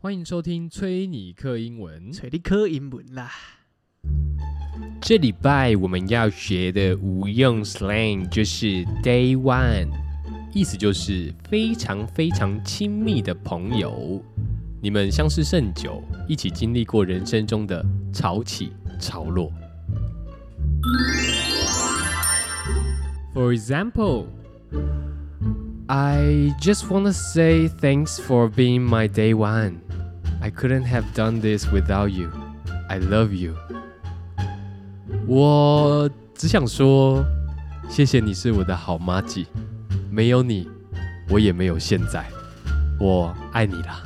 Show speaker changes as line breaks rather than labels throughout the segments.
欢迎收听崔尼克英文。
找你考英文啦。
这礼拜我们要学的无用 slang 就是 day one，意思就是非常非常亲密的朋友。你们相识甚久，一起经历过人生中的潮起潮落。For example, I just want to say thanks for being my day one. I couldn't have done this without you. I love you. 我只想说，谢谢你是我的好妈吉，没有你，我也没有现在。我爱你啦！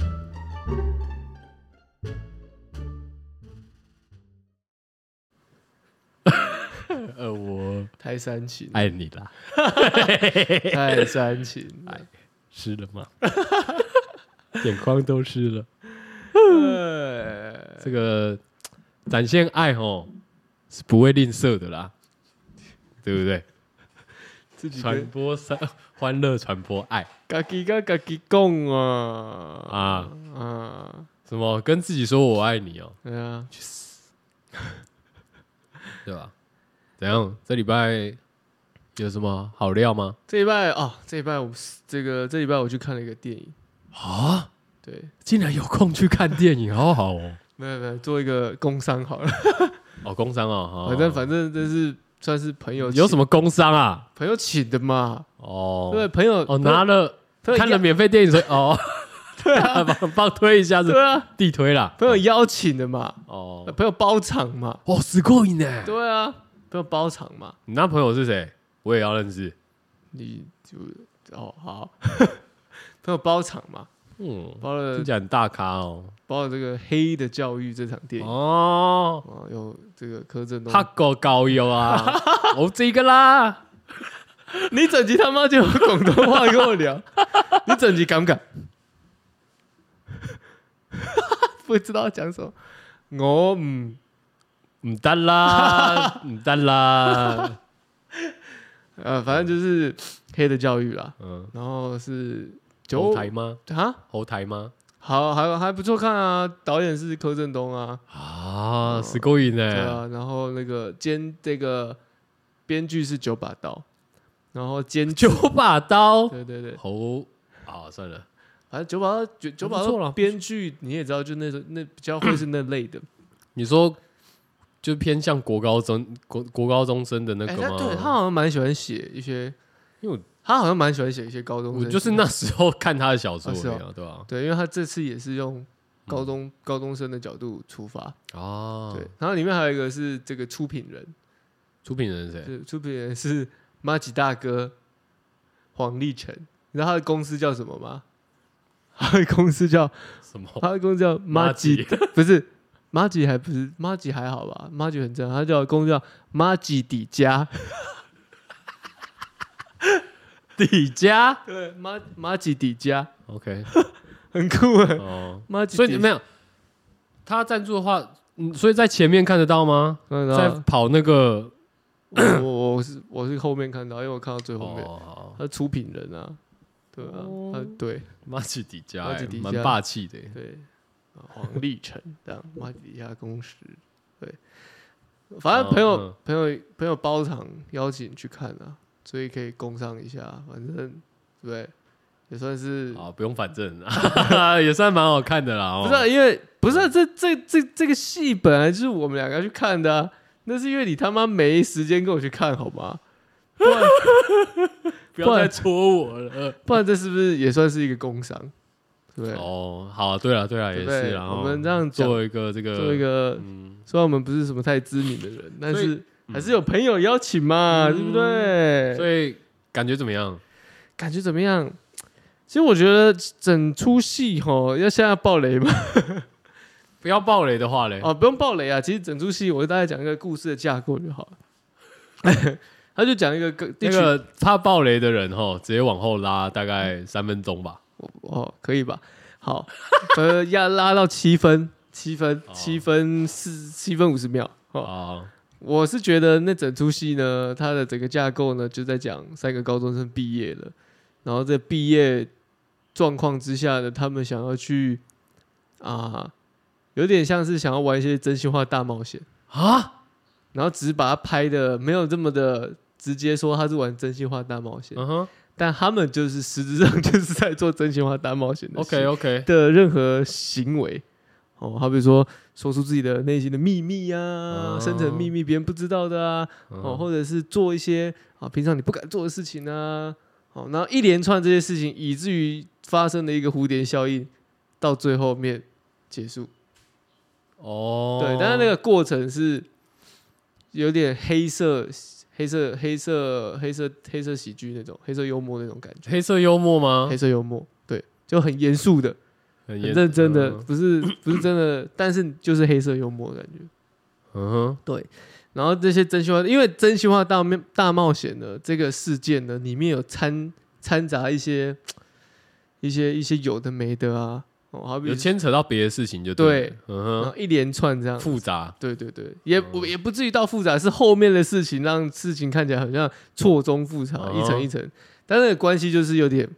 呃，我
太煽情，
爱你啦！
太煽情了。
湿了吗？ 眼眶都湿了。
哎
这个展现爱哦，是不会吝啬的啦，对不对？
自己
传
跟
播三欢乐，传播爱
自己跟自己讲啊
啊！
啊，
什么跟自己说我爱你哦，
对啊，
对吧？怎样？这礼拜有什么好料吗？
这一拜哦，这一拜我这个这一拜我去看了一个电影
啊！
对，
竟然有空去看电影，好好哦。
没有没有，做一个工伤好了，
哦，工伤哦，哦
反正反正这是算是朋友
有什
么
么工伤啊？
朋友请的嘛，
哦，
对，，朋友
哦，拿了
朋友
看了
邀
免费电影，所以哦，
对啊
帮帮推一下子，
对啊，
地推啦。
朋友邀请的嘛，
哦，
朋友包场嘛，
哦，死过瘾呢！
对啊，朋友包场嘛，
你那朋友是谁？我也要认识。
你就哦好， 朋友包场嘛，
嗯，
包了
听起来很大咖哦。
包了这个《黑的教育》这场电影，
哦，
哦，有这个柯震东
他，狗高友啊， 我这个啦。
你整集他妈就用广东话跟我 聊，你整集敢不敢？ 不知道讲什么，我嗯，
唔得 啦，唔得啦。
呃，反正就是《黑的教育》啦，
嗯，
然后是
猴
九
台吗？
啊，
猴台吗？
好，还还不错看啊，导演是柯震东啊，
啊，死过瘾
对
呢。
啊，然后那个监这个编剧是九把刀，然后监
九把刀，
对对对，
猴啊，算了。
反正九把刀九九把
不错啦
刀编剧你也知道，就那种那比较会是那类的。
你说就偏向国高中国国高中生的那
哎，
个
他对他
吗？
好像蛮喜欢写一些，
因为我
他好像蛮喜欢写一些高中生
我
写的，
就是那时候看他的小说
啊是哦
的，对吧？
对，因为他这次也是
嗯
用高中、高中生的角度出发，
啊，
对，，然后里面还有一个是这个出品人，
出品人是谁？
对，出品人是马吉大哥黄立成，你知道他的公司叫什么吗？ 他的公司叫
什么？
他的公司叫 马吉，不是马吉，还不是马吉还好吧？马吉很正常，他叫公司叫马吉底加，
底加
对，马马吉底加
，OK，
很酷哎，
哦，
马吉
所
底
以没有他赞助的话，嗯，所以在前面看得到吗？
嗯
在
然后
跑那个
我我我是我是后面看到，因为我看到最后面，
哦，
他出品人啊，对啊，他对
马奇底加，
马
哎
奇底加
蛮霸气的耶。
对，黄立成这样，马吉底加公司，对，反正朋友、
嗯
朋友朋友包场邀请去看啊，所以可以工商一下，反正对不对？也算是
啊，不用反正， 也算蛮好看的啦。哦
不是啊、因为不是啊、这这这这个戏本来就是我们两个要去看的、啊，那是因为你他妈没时间跟我去看好吗？不然
不要再戳我了。
不然这是不是也算是一个工伤？对不对？
哦，好，对了，对了，
对
也
不对
是啦。哦
我们这样讲
做一个这个
做一个，
嗯
虽然我们不是什么太知名的人，但
所以
是还是有朋友邀请嘛，
嗯
对不对？
所以感觉怎么样？
感觉怎么样？其实我觉得整出戏吼，要现在爆雷吗？
不要暴雷的话嘞，
哦，不用爆雷啊。其实整出戏，我就大概讲一个故事的架构就好了。 他就讲一个地
那
区、
个怕暴雷的人哈，直接往后拉大
嗯
概三分钟吧。
哦，可以吧？好， 呃，要拉到七分，七分，
哦
七分四，七分五十秒。哦，
啊，
我是觉得那整出戏呢，它的整个架构呢，就在讲三个高中生毕业了，然后在毕业状况之下呢，他们想要去啊，有点像是想要玩一些真心话大冒险，
啊，
然后只是把它拍的没有这么的直接说他是玩真心话大冒险，
嗯哼
但他们就是实质上就是在做真心话大冒险的
，OK
事
OK，
的任何行为。哦，好比说说出自己的内心的秘密呀、
哦
深层秘密别人不知道的啊，哦，
哦，
或者是做一些啊平常你不敢做的事情啊，哦，然后一连串这些事情，以至于发生了一个蝴蝶效应，到最后面结束。
哦
对，但是那个过程是有点黑色、黑色、黑色、黑色、黑色喜剧那种，黑色幽默那种感觉，
黑色幽默吗
黑？色幽默，对，就很严肃的、
很
很
严
认真的，
嗯
不是不是真的，但是就是黑色幽默的感觉。
嗯哼，
然后这些真心话，因为真心话大面大冒险呢，这个事件呢，里面有掺掺杂一些一些一些有的没的啊，哦，好比
有牵扯到别的事情就了
对，然
嗯
后一连串这样
哼，，复杂，
对对对，也、
嗯
也不至于到复杂，是后面的事情让事情看起来好像错综复杂，
哦
一层一层，但那个关系就是有点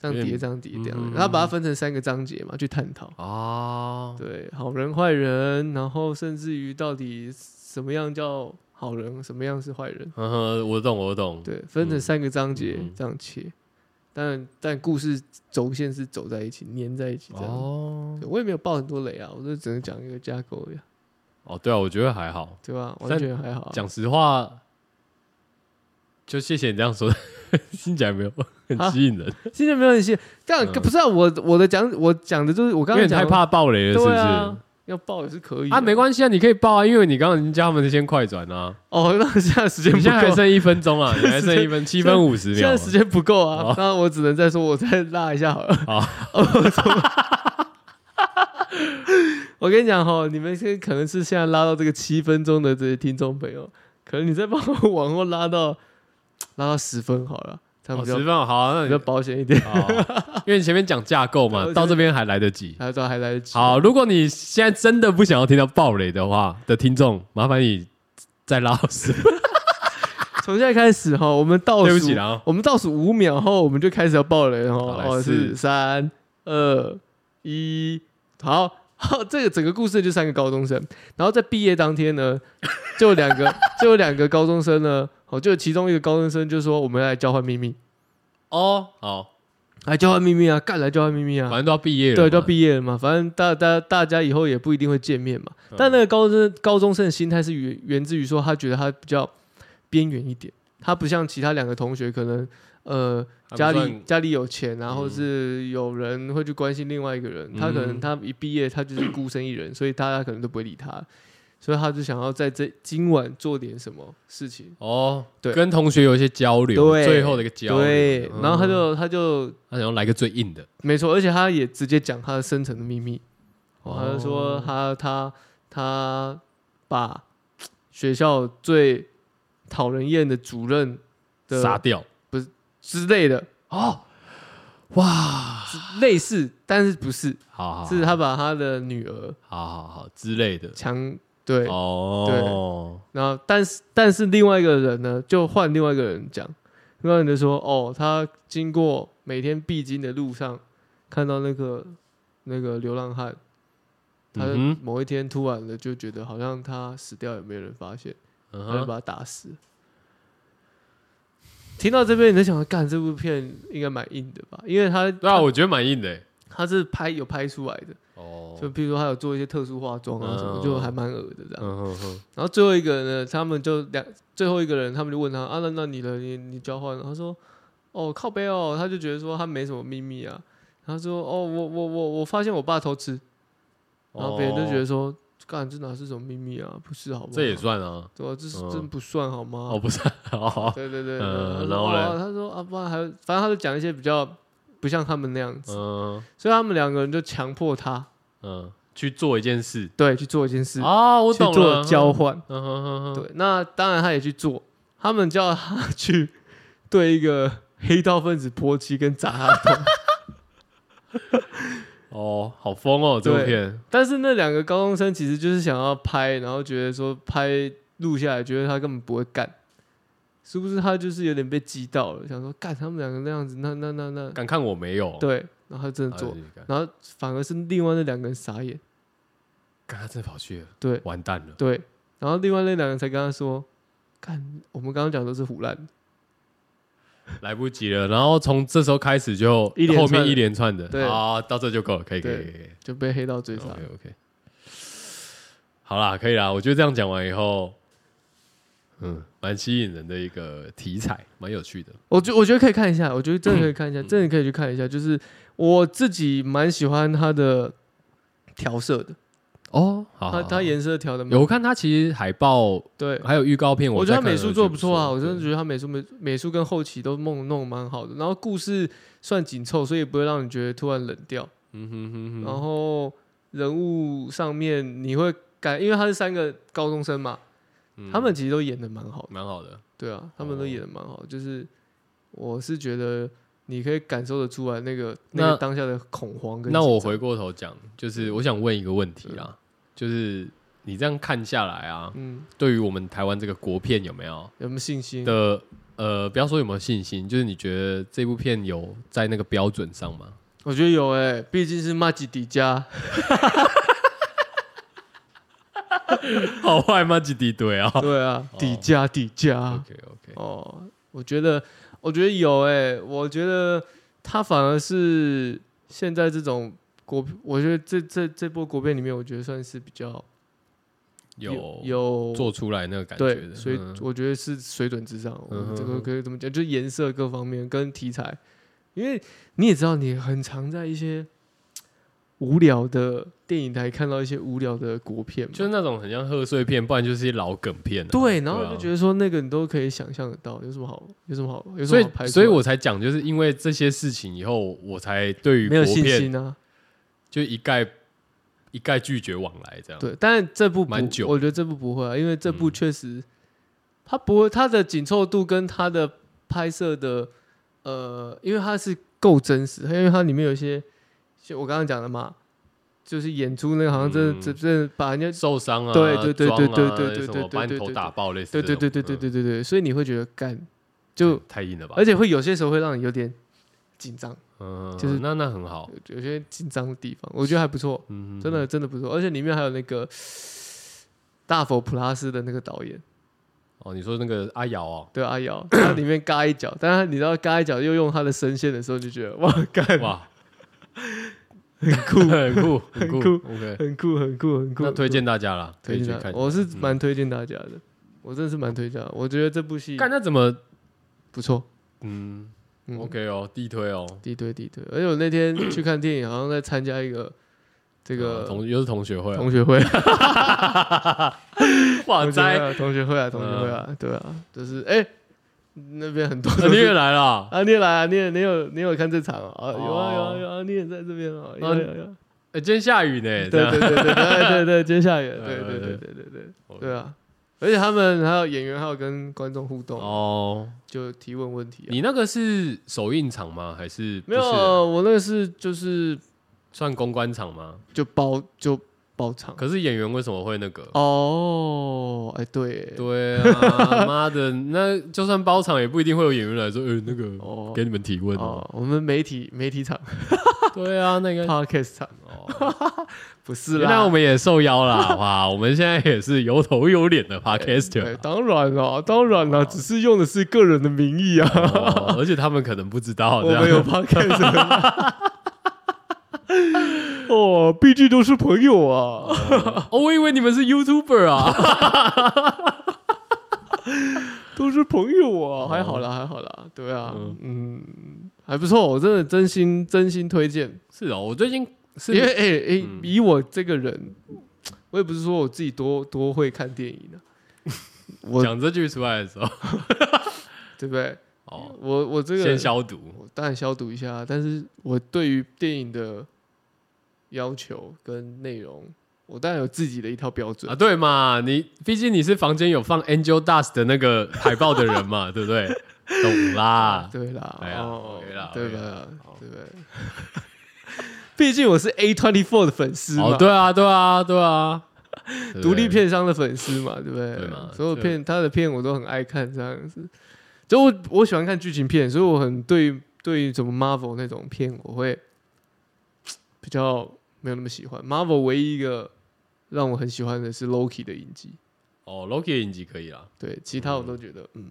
这样
有
叠
点
这样叠这样
嗯嗯嗯
的，他把它分成三个章节嘛，去探讨。
哦，
对，好人坏人，然后甚至于到底什么样叫好人，什么样是坏人。
嗯哼，我懂我懂，
对，分成
嗯
三个章节
嗯
这样切，但但故事轴线是走在一起、粘在一起这样。
哦
对我也没有爆很多雷啊，我就只能讲一个架构呀，
哦，对啊，我觉得还好，
对吧？
但
完全还好啊、
讲实话，就谢谢你这样说的， 听起来没有很
啊
吸引人，
现在没有很细，但
嗯
不是啊，我我的讲我讲的就是我
因
刚
为
刚
你
讲
害怕暴雷了，是不
对
是
啊？，要爆也是可以
啊，没
系
关系啊，你可以报啊，因为你刚刚已经叫他们先快转啊，
哦，那现在时间
你
不
现在还
够。
剩一分 钟啊，你还剩一分七分五十
现
秒
在
啊，
时间不够
哦
啊，那我只能再说，我再拉一下好了。
好
我跟你讲哈，你们现可能是现在拉到这个七分钟的这些听众朋友，可能你再帮我往后拉到拉到十分好了，这样
哦
比
十
较、
分好啊，那
比
你
较保险一点，
哦， 因为你前面讲架构嘛
对，我
到这边还来得及。
还都还来得及。
好，如果你现在真的不想要听到暴雷的话的听众，麻烦你再拉到十分。
从现在开始哈，我们倒数，
对不起了 啊
我们倒数五秒后，我们就开始要爆雷哈。
好来
哦，
四
是三二一，好。 好，这个整个故事就三个高中生，然后在毕业当天 呢，就有两个就有两个高中生呢，哦，就有其中一个高中生就说我们来交换秘密，
哦，好，
来交换秘密啊，干来交换秘密啊
反，正都要毕业了，
对，都，毕业了嘛，反正大大大家以后也不一定会见面嘛。但那个高中高中生的心态是源源自于说，他觉得他比较边缘一点，他不像其他两个同学可能呃
还不
家里
算
家里有钱啊，
嗯
或者是有人会去关心另外一个人，他可能
嗯
他一毕业他就是孤身一人，所以大家可能都不会理他，所以他就想要在这今晚做点什么事情。
哦，
对
跟同学有一些交流，
对
最后的一个交流，
对，然后他
嗯
就他就
他想要来个最硬的，
没错，而且他也直接讲他的深层的秘密，哦他就说
哦
他他他把学校最讨人厌的主任
杀
的
掉
之类的
哦，
之类似，但是不是
好好，
是他把他的女儿
好好好之类的，
强对，
哦，
然后但是但是另外一个人呢，就换另外一个人讲，另外一个人就说哦，他经过每天必经的路上，看到那个那个流浪汉。他
嗯哼
某一天突然的就觉得好像他死掉也没有人发现，
嗯
他就
哼，
把他打死。听到这边，你在想说，干这部片应该蛮硬的吧？因为他
对啊，我觉得蛮硬的欸，
他是拍有拍出来的，
哦，
就譬如说他有做一些特殊化妆啊什么，
嗯
就还蛮恶的这样。
嗯哼哼，
然后最后一个人呢，他们就两最后一个人，他们就问他啊，那那你呢？你你交换？他说哦靠背哦，他就觉得说他没什么秘密啊。他说哦我我我我发现我爸偷吃，然后别人就觉得
哦
说，干这哪是什么秘密啊？不是好不好？
这也算啊，
对啊，这是
嗯
真不算好吗？
哦，不是，哦，
对对对，
嗯
然后
然后
他说啊，不然还有反正他就讲一些比较不像他们那样子，
嗯
所以他们两个人就强迫他
嗯，去做一件事，
对去做一件事，
哦，我
去
懂
做
了，
交换。
嗯哼哼哼，
对，那当然他也去做，他们叫他 去对一个黑道分子泼漆跟砸他的头，
哦，好疯哦，这部
对
片，
但是那两个高中生其实就是想要拍，然后觉得说拍录下来，觉得他根本不会干，是不是他就是有点被激到了，想说干他们两个那样子，那那那那，
敢看我没有，
对，然后他真的做，
啊就是干
然后反而是另外那两个人傻眼，
干他真的跑去了，
对
完蛋了，
对，然后另外那两个人才跟他说，看我们刚刚讲的都是胡乱的，
来不及了。然后从这时候开始就
一连
后
串
面一连串的，
对
啊，到这就够了，可以，可以，
对
可以可以。
就被黑到追杀
OK OK，好啦，可以啦。我觉得这样讲完以后，嗯，蛮吸引人的一个题材，蛮有趣的。
我觉我觉得可以看一下，我觉得真的
嗯
可以看一下，真的可以去看一下。就是我自己蛮喜欢它的调色的，
哦，好
它它颜色调的
有我看他其实海报
对。
还有预告片，
我觉
在
得
看
他
的
美
时候
术做
觉得
的不
不
错啊，我真的
对
觉得他美术美美术跟后期都弄弄得蛮好的，然后故事算紧凑，所以不会让你觉得突然冷掉。
嗯哼哼
然
哼，
后人物上面你会感，因为他是三个高中生嘛，
嗯
他们其实都演的蛮好的，
蛮好的。
对啊，他们都
哦
演的蛮好的，就是我是觉得你可以感受得出来那个
那
那个当下的恐慌跟嗯
那
紧
我
张
回过头讲，就是我想问一个问题啦，就是你这样看下来啊，
嗯
对于我们台湾这个国片有没有
有没有信心？
的呃，不要说有没有信心，就是你觉得这部片有在那个标准上 吗？
我觉得有哎、毕竟是马吉迪加，
好坏吗？几滴堆啊
对啊，底加底加
？OK OK，
哦，我觉得我觉得有哎、我觉得他反而是现在这种国，我觉得这这这波国片里面，我觉得算是比较
有
有
做出来那个感觉
对，
的，
所以
嗯
我觉得是水准之上。我
嗯
们这
哼
个
哼
可以怎么讲？就是颜色各方面跟题材，因为你也知道，你很常在一些无聊的电影台看到一些无聊的国片嘛，
就是那种很像贺岁片，不然就是一些老梗片啊。
对，然后我就
啊
觉得说那个你都可以想象得到，有什么好，有什么好，有什
所
么好拍
以，
出
所以
来
我才讲，就是因为这些事情以后，我才对于
没有
国
信
片
心啊。
就一概一概拒绝往来这样。
对，但这部不
蛮久
我觉得这部不会啊，因为这部
嗯
确实，它不会，它的紧凑度跟它的拍摄的，呃，因为它是够真实，因为它里面有一些，就我刚刚讲的嘛，就是演出那个好像真的、
嗯
真真的把人家，
受伤啊，
对对对
装啊
对对对
什
对
么
对
把你
对
头
对
打爆类似
对
这
对
种。
对对对
嗯，
对对对，所以你会觉得干，就
太硬了吧？
而且会有些时候会让你有点紧张，
嗯，
就是
那那很好，
有有些紧张的地方，我觉得还不错，
嗯，
真的真的不错，而且里面还有那个 大佛普拉斯的那个导演。，
哦，你说那个阿瑶哦
对阿瑶，他里面嘎一脚，但他你知道嘎一脚又用他的声线的时候，你就觉得哇，干
哇，很酷， 很酷，很酷
很
，OK，
很酷，很酷，很酷。
那
很酷
推荐大家啦，可
推
以去
荐大
看嗯
家，。我是蛮推荐大家的，我真的是蛮推荐的。我觉得这部戏
看嗯那怎么，
不错，
嗯
嗯
，OK 哦，地推哦，
地推地推。而且我那天去看电影，好像在参加一个这
嗯
个
同又是同学会哦，
同学会，
哇
同学会
塞，嗯
啊，同学会啊，同学会啊，对啊，就是哎，那边很多
啊你也来了，
啊，你也来啊，你也你有你有看这场啊？啊有啊有
哦
啊有啊，你也在这边啊，有
啊
啊有啊有啊。
哎，今天下雨呢，这
对
样哎
对对对哎对 对对，接下来也对
对
对
对
对对对
哦
对对啊！而且他们还有演员，还有跟观众互动，
哦，
就提问问题、啊。
你那个是首映场吗？还是不
没
是
有啊，我那个是就是
算公关场吗？
就包就包场
可是演员为什么会那个？
哦，哎对耶
对 啊，妈的，那就算包场也不一定会有演员来说，呃，那个
哦
给你们提问哦。
哦，我们媒体媒体场哦
对啊，那个
，podcast 场
哦，
不是
原
啦，
来我们也受邀 啦，哇，我们现在也是有头有脸的 podcaster
对，。当然啦，当然啦，只是用的是个人的名义啊，
哦 而且他们可能不知道，
我
这样
们有 podcast。哦，毕竟都是朋友啊。
哦，我以为你们是 YouTuber 啊。
都是朋友啊，
哦
还好啦，还好啦，对啊，嗯，还不错，我真的真心真心推荐，
是哦，我最近
因
是
为哎哎、
嗯
以我这个人，我也不是说我自己多多会看 电影的、我
讲这句出来的时 候，
对不对？
哦，
我我这个
先消毒。
我当然消毒一下，啊但是我对于电影的要求跟内容，我当然有自己的一套标准。
啊，对嘛，你毕竟你是房间有放 Angel Dust 的那个海报的人嘛， 对不对？懂啦，
对啦，
啊哎呀
哦
OK 啦
对
OK
吧
啦哦好？
对不对？ 毕竟我是 A twenty four 的粉丝嘛
哦，，对啊，对啊，对啊，对不对
独立，片商的粉丝嘛，对不对？
对嘛
所有
这
片他的片我都很爱看，这样子。就我我喜欢看剧情片，所以我很对对于什么 Marvel 那种片，我会比较没有那么喜欢。Marvel 唯一一个让我很喜欢的是 Loki 的影集，
哦，Loki 的影集可以啦，
对，其他我都觉得嗯。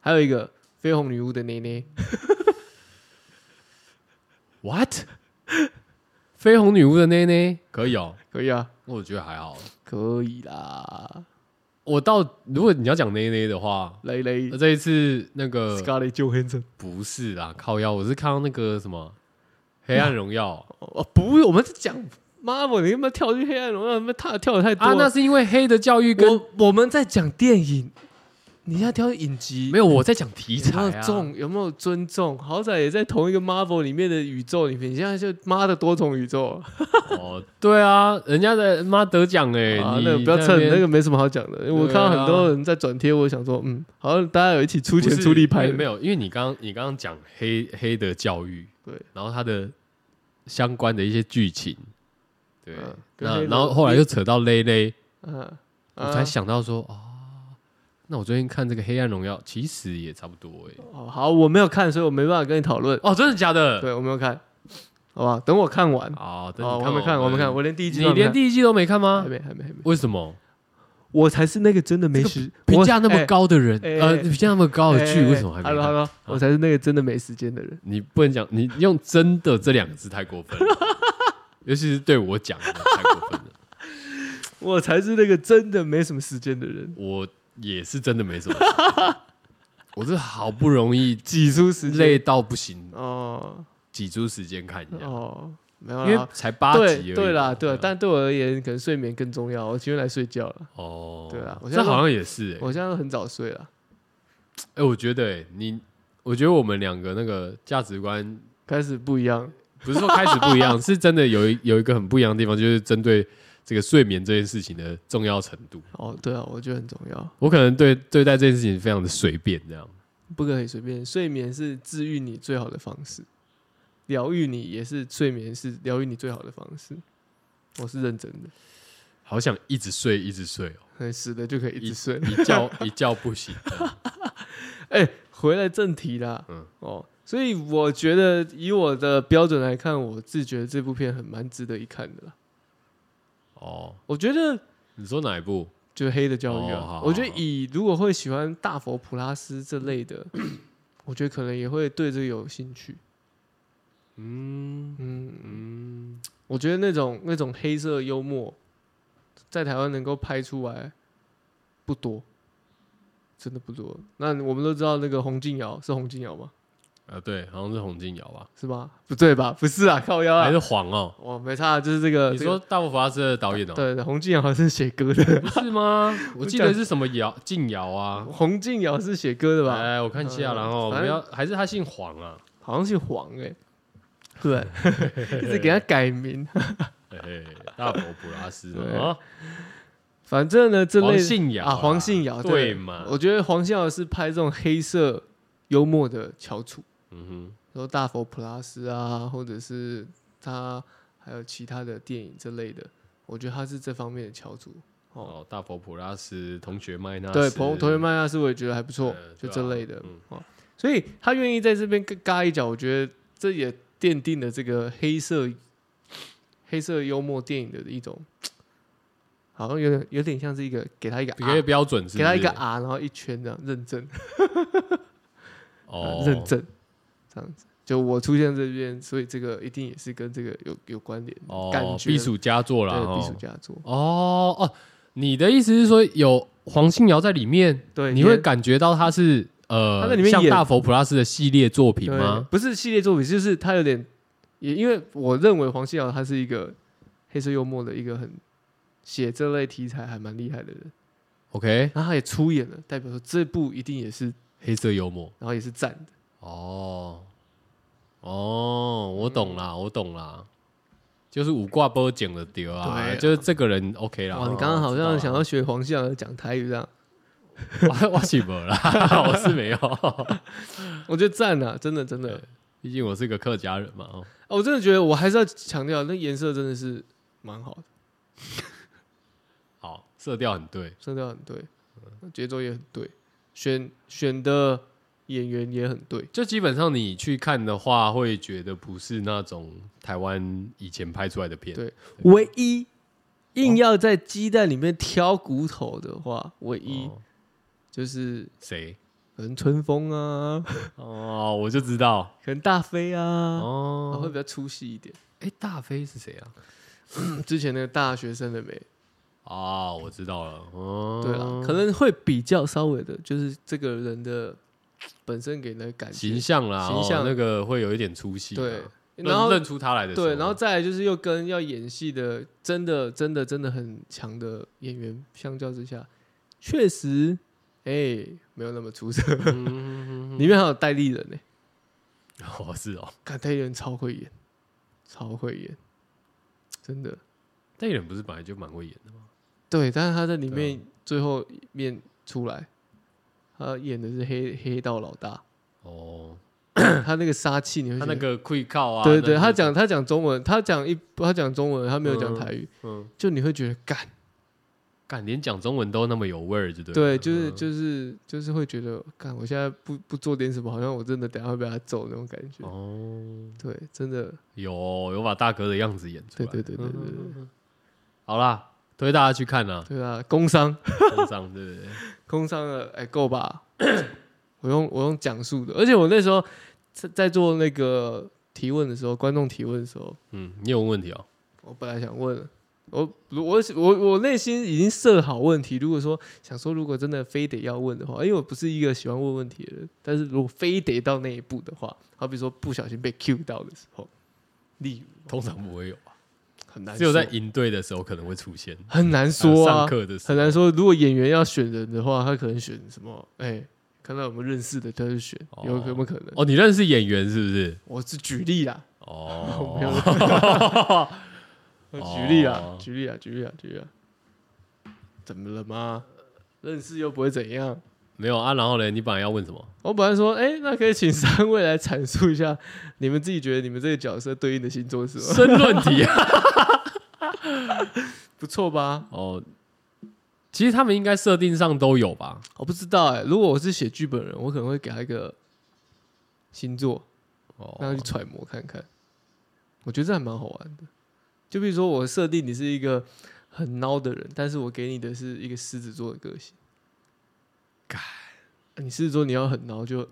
还有一个绯红女巫的内内，
What？绯红女巫的内内可以哦，
可以啊，
我觉得还好。
可以啦，
我到如果你要讲内内的话，
雷雷
那这一次那个
Scarlett Johansson
不是啦，靠腰，我是看到那个什 么《黑暗荣耀
哦，不，我们在讲 Marvel，你他妈跳去黑暗荣耀，他妈跳跳的太》多
啊，那
了。
是因为黑的教育跟
我我们在讲电影，你要挑影 集，
没有我在讲题
有
材
没 有
啊，
重有没有尊重？好歹也在同一个 Marvel 里面的宇宙里面，你现在就妈的多重宇宙啊！
哦，对啊，人家在妈得奖哎，
啊
你
那个不要
在
蹭，
边
那个没什么好讲的。因为我
对
看到很多
啊
人在转贴，我想说，嗯，好像大家有一起出
不
钱
是
出力拍
没
的，
没有，因为你刚刚你刚刚讲黑黑的教育，
对，
然后它的相关的一些剧情，对
嗯，跟
那
黑的
然后后来又扯到勒勒，
嗯，
我才想到说啊，那我最近看这个《黑暗荣耀》，其实也差不多哎。
哦，好，我没有看，所以我没办法跟你讨论。
哦，真的假的？
对我没有看，好吧，等我看完。
哦，等你
哦，我
看
还没看，我还没看，，哎我连第一集
你连
第
第一啊季都没看吗
还？没还没还没，
为什么
我才是那个真的没时
评价那么
高
高的人，
哎
呃，
哎
评价那么高的剧，为什么还没
h e l l o
看？
Hello，我才是那个真的没时间的人。
你不能讲，你用“真的”这两个字太过分了， 尤其是对我讲的太过分了。
我才是那个真的没什么时间的人，
我也是真的没什么，我是好不容易
挤出时间
累到不行，
哦
挤出时间看一下，
哦，没有
因
啦
为才八集而已嘛。啊
对对啦对啊啦，但对我而言，可能睡眠更重要，我今天来睡觉了。
哦，
对啊我现
这
在
好像也是欸。
我现在都很早睡了，
哎，我觉得欸你，我觉得我们两个那个价值观
开始不一样。
不是说开始不一 样，是真的有一有一个很不一样的地方，就是针对这个睡眠这件事情的重要程度。
哦，对啊，我觉得很重要，
我可能对对待这件事情非常的随便，这样
不可以随便。睡眠是治愈你最好的方式，疗愈你也是睡眠是疗愈你最好的方式。我是认真的，
好想一直睡一直睡哦，
很死的就可以一直睡。
一觉一觉不醒这样。
哎、回来正题啦，
嗯
哦，所以我觉得以我的标准来看，我自觉得这部片很蛮值得一看的啦。
哦，
我觉得
你说哪一部？
就是黑的教育
哦好
啊，
好
我觉得以如果会喜欢大佛普拉斯这类的， 我觉得可能也会对这个有兴趣。
嗯
嗯，
嗯，
我觉得那种那种黑色幽默，在台湾能够拍出来不多，真的不多。那我们都知道那个洪敬尧是洪敬尧吗？
啊对，好像是洪敬尧吧，
是吗？不对吧？不是啊，靠腰啊
还是，黄哦？
我没差，啊就是这个。
你
这个
说大佛法师的导演哦？
对对，洪敬尧是写歌的，
不是吗？我记得是什么尧敬尧啊？
洪敬尧是写歌的吧？
哎，我看一下，
嗯
然后
反
不
正
要，还是他姓黄啊？
好像姓黄哎、对， 一直给他改名。
嘿嘿，哎大佛普拉斯
对
啊，
反正呢，这类
黄信尧
啊，黄信尧
对嘛？
我觉得黄信尧是拍这种黑色幽默的翘楚，
嗯
然后大佛普拉斯啊，或者是他还有其他的电影这类的，我觉得他是这方面的翘楚。
哼，哦，大佛普拉斯同学麦纳
对，
斯
同同学麦纳斯啊我也觉得还不错
呃，
就
对啊
这类的
嗯
哦。所以他愿意在这边跟嘎一脚，我觉得这也奠定了这个黑色黑色幽默电影的一种，好像有点有点像是一个给他一个
给个
R，
标准是不是
给他一个 R，然后一圈这样认证、
哦
认证这样子。就我出现这边，所以这个一定也是跟这个有有关联，感
哦，
觉
避暑佳作啦。
对
哦
避暑佳作，
哦哦，你的意思是说有黄信尧在里面，
对，
你会
也
感觉到他是呃，
他在里面
像
演
大佛普拉斯的系列作品
对，
吗？
不是系列作品，就是他有点，也因为我认为黄信尧他是一个黑色幽默的一个很写这类题材还蛮厉害的人，
？OK，
然后他也出演了，代表说这部一定也是，
黑色幽默。
然后也是赞的。
哦，哦，我懂啦，
嗯
我懂啦，就是五挂波讲的丢啊，
对啊
就是这个人 OK 啦。
哇，
哦
你刚刚好像想要
我
学黄信尧讲台语这样，
知道啦 我我是没有啦， 我是没有，
我觉得赞啊，真的真的
对，毕竟我是个客家人嘛。哦
哦我真的觉得我还是要强调，那颜色真的是蛮好的，
好，色调很对，
色调很对，节奏也很对，选选的演员也很对，
就基本上你去看的话，会觉得不是那种台湾以前拍出来的片。
对唯一硬要在鸡蛋里面挑骨头的话，唯一
哦，
就是
谁？
可能春风啊，
哦，我就知道。
可能大飞啊，啊会
哦，
比较粗细一点。嗯
哎，大飞是谁啊？
之前那个大学生的美，
啊，我知道了。哦，
对了，可能会比较稍微的，就是这个人的本身给人的感
形
觉，
象啦，
形象
哦那个会有一点出戏啊。
对，
认，
然后
认出他来的时候。
对，然后再来就是又跟要演戏的，真的真的真的很强的演员相较之下，确实，哎、没有那么出色。
嗯
里面还有戴立人呢、
哦是哦，
看戴立人超会演，超会演，真的。
代言人不是本来就蛮会演的吗？
对，但是他在里
对啊
面最后面出来，他演的是黑黑道老大，
哦，
他那个杀气，你会
他
觉
那
得。
个 quick call 啊，
对对对，
那个
他讲他讲中文，他讲一他讲中文，他没有讲
嗯
台语，
嗯，
就你会觉得干。
敢连讲中文都那么有味儿，就对了。
对，就是
嗯
就是就是会觉得，干，我现在不不做点什么，好像我真的等下会被他揍那种感觉。
哦，
对，真的，
有有把大哥的样子演出
对
来。
对对对对
嗯
对
好啦，推大家去看 啦，
对啊，工伤
工商对对对，
工伤了，哎，够吧？我用我用讲述的，而且我那时候在在做那个提问的时候，观众提问的时候，
嗯，你有问题哦，
我本来想问，我我我我内心已经设好问题。如果说想说，如果真的非得要问的话，因为我不是一个喜欢问问题的人，但是如果非得到那一步的话，好比说不小心被 Q 到的时候，例如
通常不会有吧，
很难说，
只有在营队的时候可能会出现，
很难说
呃
啊
上，课的时候
很难说。如果演员要选人的话，他可能选什么？哎、看到有没有认识的，他就选，有有没有可能？
哦，你认识演员是不是？
我是举例啦， 我没有
哦，
我哦 举例啊
哦，
举例啊，举例啊，举例啊，怎么了吗？认识又不会怎样。
没有啊，然后呢，你本来要问什么？
我本来说，哎、那可以请三位来阐述一下你们自己觉得你们这个角色对应的星座是 什么？
申论题啊，
不错吧？
哦，其实他们应该设定上都有吧，
我不知道哎、如果我是写剧本人，我可能会给他一个星座，让
哦
他去揣摩看看。我觉得这还蛮好玩的。就比如说，我设定你是一个很孬的人，但是我给你的是一个狮子座的个性。
干
你狮子座你要很孬就。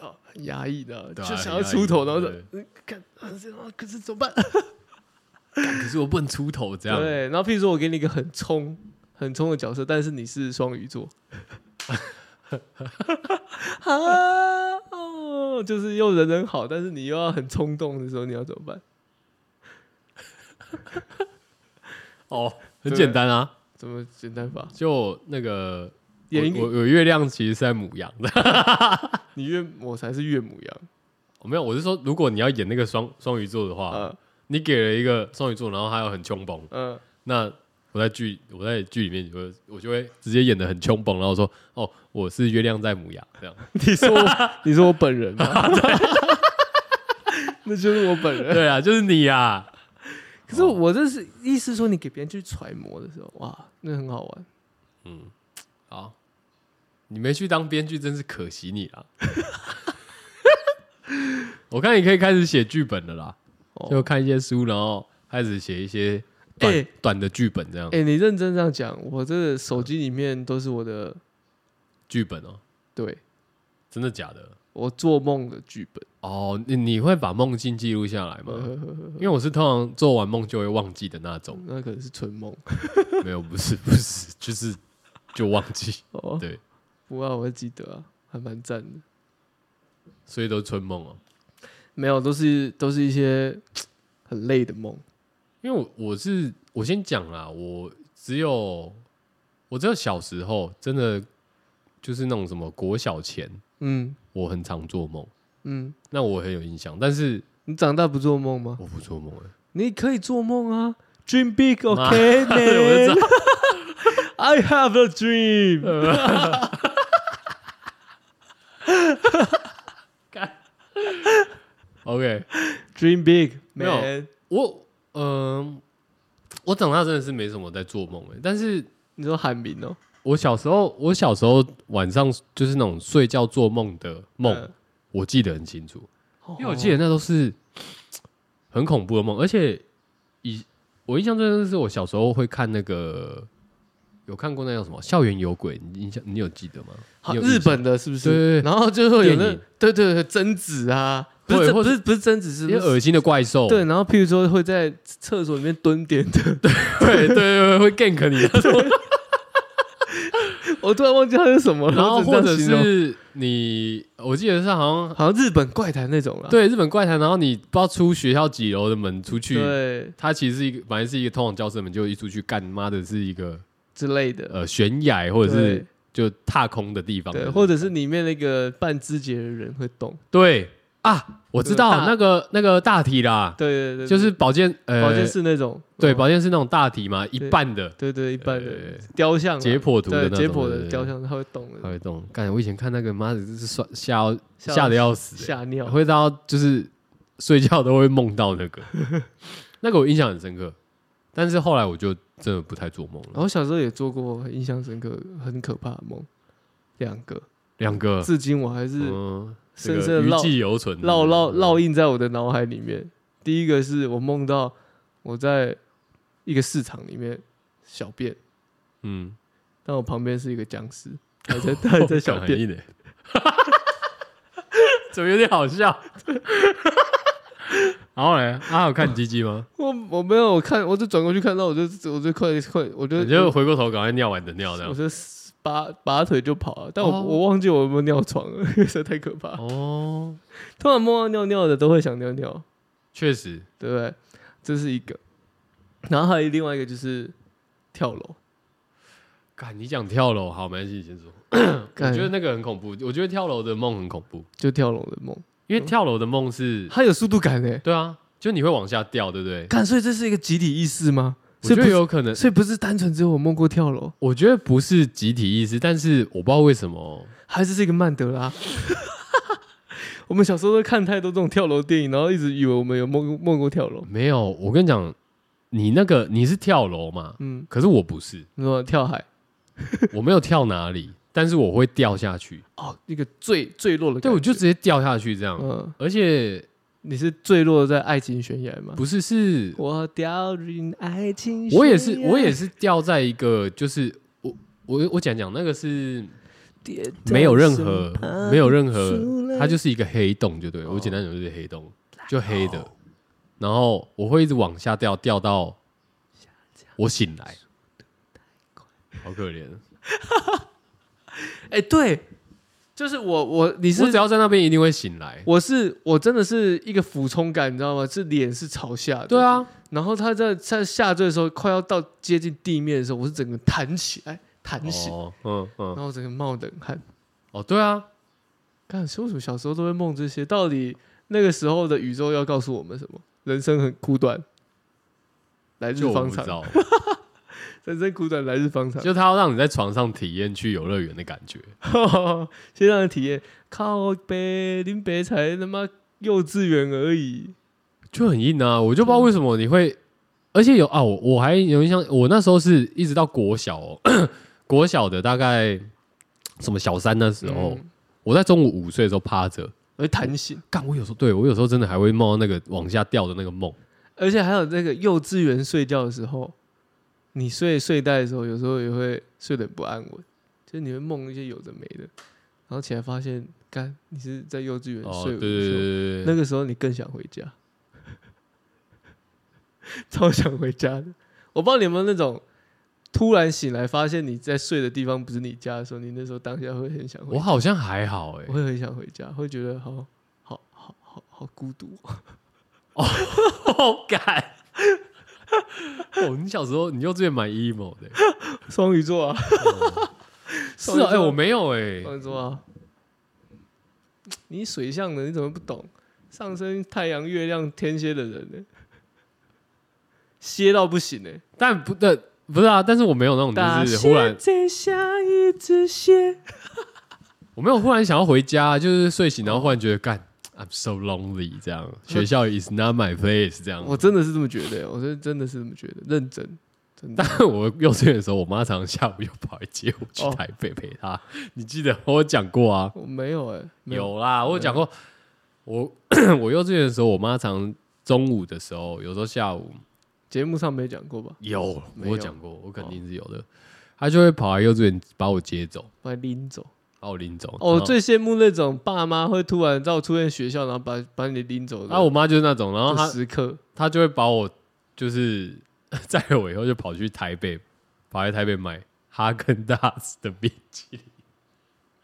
啊很压抑的啊、
对啊
就想要出头，然后
很
就
压抑
嗯干，啊这样可是怎么办？
干可是我不能出头这样，
对，然后譬如说我给你一个很冲、很冲的角色，但是你是双鱼座， 啊，哦就是又人很好，但是你又要很冲动的时候，你要怎么办？
哦，很
对
简单啊，
怎么简单法？
就那个。我
演一
我
个
我月亮其实是在母羊的，
你岳我才是岳母羊
我哦没有，我是说，如果你要演那个双双鱼座的话，
啊，
你给了一个双鱼座，然后他又很穷崩，
嗯，
那我在剧我在剧里面就会我就会直接演的很穷崩，然后说哦我是月亮在母羊这样，
你说我 你说我本人 吗？那就是我本人。
对啊，就是你啊，
可是我这是意思说，你给别人去揣摩的时候，哇，那很好玩。
好，你没去当编剧真是可惜你了。我看你可以开始写剧本了啦，
哦
就看一些书，然后开始写一些短、
哎
短的剧本这样
哎、。你认真这样讲，我这个手机里面都是我的
剧本哦，
对
真的假的？
我做梦的剧本。
哦，你你会把梦境记录下来吗？
呃嗯
因为我是通常做完梦就会忘记的那种，
那可能是纯梦
没有，不是不是，就是就忘记，
哦。
对，
不过我会记得啊，还蛮赞的。
所以都是春梦哦。
没有，都是都是一些很累的梦。
因为我我是我先讲啦，我只有我只有小时候真的就是那种什么国小前，
嗯
我很常做梦，
嗯，
那我很有印象，但是
你长大不做梦吗？
我不做梦哎、
你可以做梦啊，Dream big,
妈
OK,
对 啊我
man. I have a
呃
dream.
，OK，
Dream big,
没有
man.
我呃嗯、我长大真的是没什么在做梦哎、但是
你说喊名哦？
我小时候，我小时候晚上就是那种睡觉做梦的梦，
呃
我记得很清楚，因为我记
哦
得那都是很恐怖的梦，而且以我印象最深的是我小时候会看那个，有看过那叫什么《校园有鬼》，你印象你有记得吗？
好
你有印
哦日
象
本的是不是？
对对对
然后就会有那
电影
对对对贞子啊，不
对
是
或
不
者
是不是贞子，是
一些
不是
恶心的怪兽，
对，然后譬如说会在厕所里面蹲点的，
对对对，会 gank 你，
我突然忘记它是什么了，
然后
我只
或
这
者
样形容
是你，我记得是好像
好像日本怪谈那种了，啊
对日本怪谈，然后你不知道出学校几楼的门出去，
对
它其实是一个本来是一个通往教室的门，就一出去干妈的是一个
之类的，
呃悬崖或者是
对
就踏空的地方，
对，或者是里面那个半肢解的人会动，
对啊，我知
对
道
大
那个那个大体啦，
对对对，
就是保健呃
保健室那种，
对
嗯
保健室那种大体嘛，一
对
半的
对对一般
呃
的雕像啊，
解剖图的
对
那
解
种对
剖
对
的
对
雕像，它会动
它
的，
会动。干，我以前看那个妈的，真是吓吓到
吓
吓得要死、欸
吓尿，
会到就是睡觉都会梦到那个，那个我印象很深刻。但是后来我就真的不太做梦了。
然后小时候也做过印象深刻、很可怕的梦，两个，
两个
至今我还是
嗯，这
深
个
深的
余
烙
悸犹存，
烙烙烙印在我的脑海里面。第一个是我梦到我在一个市场里面小便，
嗯，
但我旁边是一个僵 尸，还在还 在小便，
呢， 怎么有点好笑？ 然后嘞，阿好看鸡鸡吗？
我我没有我看，我就转过去看到，我就我就快快，我就
你就回过头赶快尿完的尿这
我
样。
就拔拔腿就跑了，但我、
哦
我忘记我有没有尿床了， 实在太可怕。
哦，
通常梦到尿尿的都会想尿尿，
确实，
对不对？这是一个，然后还有另外一个就是跳楼，
干你讲跳楼，好，没关系，你先 说。我
干
觉得那个很恐怖，我觉得跳楼的梦很恐怖，
就跳楼的梦，
因为跳楼的梦是
它有速度感诶。
对啊，就你会往下掉，对不对？
看，所以这是一个集体意识吗？
我
所
觉
以
得
不是，
有可能，
所以不是单纯只有我梦过跳楼，
我觉得不是集体意识，但是我不知道为什么，
还是是一个曼德拉。 我们小时候都看太多这种跳楼电影，然后一直以为我们有梦梦过跳楼。
没有。我跟你讲，你那个你是跳楼嘛？
嗯，
可是我不是，
你说跳海
我没有跳哪里，但是我会掉下去。
哦，一个坠坠落的感觉。
对，我就直接掉下去这样，
嗯，
而且
你是坠落在爱情悬崖吗？
不是是，
我掉进爱情悬崖，
我也是，我也
啊
是掉在一个，就是我我我讲讲那个是
跌在
没有任
身
何
旁
没有任何
出来，
它就是一个黑洞，就对了
哦
我简单讲就是黑洞，就黑的。然后我会一直往下掉，掉到我醒来，好可怜。
哎、对，就是我我你是
我只要在那边一定会醒来。
我是我真的是一个俯冲感，你知道吗？是脸是朝下的，
对，啊，
然后他在在下坠的时候，快要到接近地面的时候，我是整个弹起来，弹起，
哦，嗯
然
嗯，
后整个冒冷汗。
哦，对啊，
看，为什么小时候都会梦这些？到底那个时候的宇宙要告诉我们什么？人生很苦短，来日
就我
方
不知
长。
道，
人生苦短，来日方长。
就他要让你在床上体验去游乐园的感觉。
先让人体验，靠北林北才他妈幼稚园而已。
就很硬啊！我就不知道为什么你会，而且有啊，我我还有印象，我那时候是一直到国小、哦， 国小的大概什么小三那时候，
嗯
我在中午午睡的时候趴着，
而弹性，
干我有时候对我有时候真的还会梦到那个往下掉的那个梦，
而且还有那个幼稚园睡觉的时候，你睡睡袋的时候，有时候也会睡得不安稳，就是你会梦一些有的没的，然后起来发现，干你是在幼稚园
哦，
睡
对
午
对对
休，
对对
那
对，
个时候你更想回家， 超想回家的。我不知道你有没有那种突然醒来发现你在睡的地方不是你家的时候，你那时候当下会很想回
我好像还好哎、
我会很想回家，会觉得好好好好好孤独。
好感。哦，你小时候你幼稚园蛮 emo 的、欸
双鱼座啊，
是啊，哎、我没有哎、
双鱼座啊，你水象的你怎么不懂？上升太阳、月亮、天蝎的人呢、 歇到不行呢、
但不的不是啊，但是我没有那种就是忽然
在像一只蟹，
我没有忽然想要回家，就是睡醒然后忽然觉得干，I'm so lonely 这样，学校 is not my place 这样。
我真的是这么觉得、我是真的是这么觉得，认真真的
但我幼稚园的时候，我妈常常下午又跑来接我去
哦
台北陪她。你记得我有讲过啊？
我没有哎、没
有啦，我有讲过，我 我幼稚园的时候，我妈常中午的时候，有时候下午
节目上没讲过吧？
有，我
没
有
有
讲过，我肯定是有的。她就会跑来幼稚园把我接走，
把你拎走。
把我拎走。
哦，我
然后
最羡慕那种爸妈会突然在我出现学校，然后把把你拎走的。
啊，我妈就是那种，然后
这
她
时刻
她就会把我就是 载我以后就跑去台北，跑来台北买哈根达斯的冰淇淋，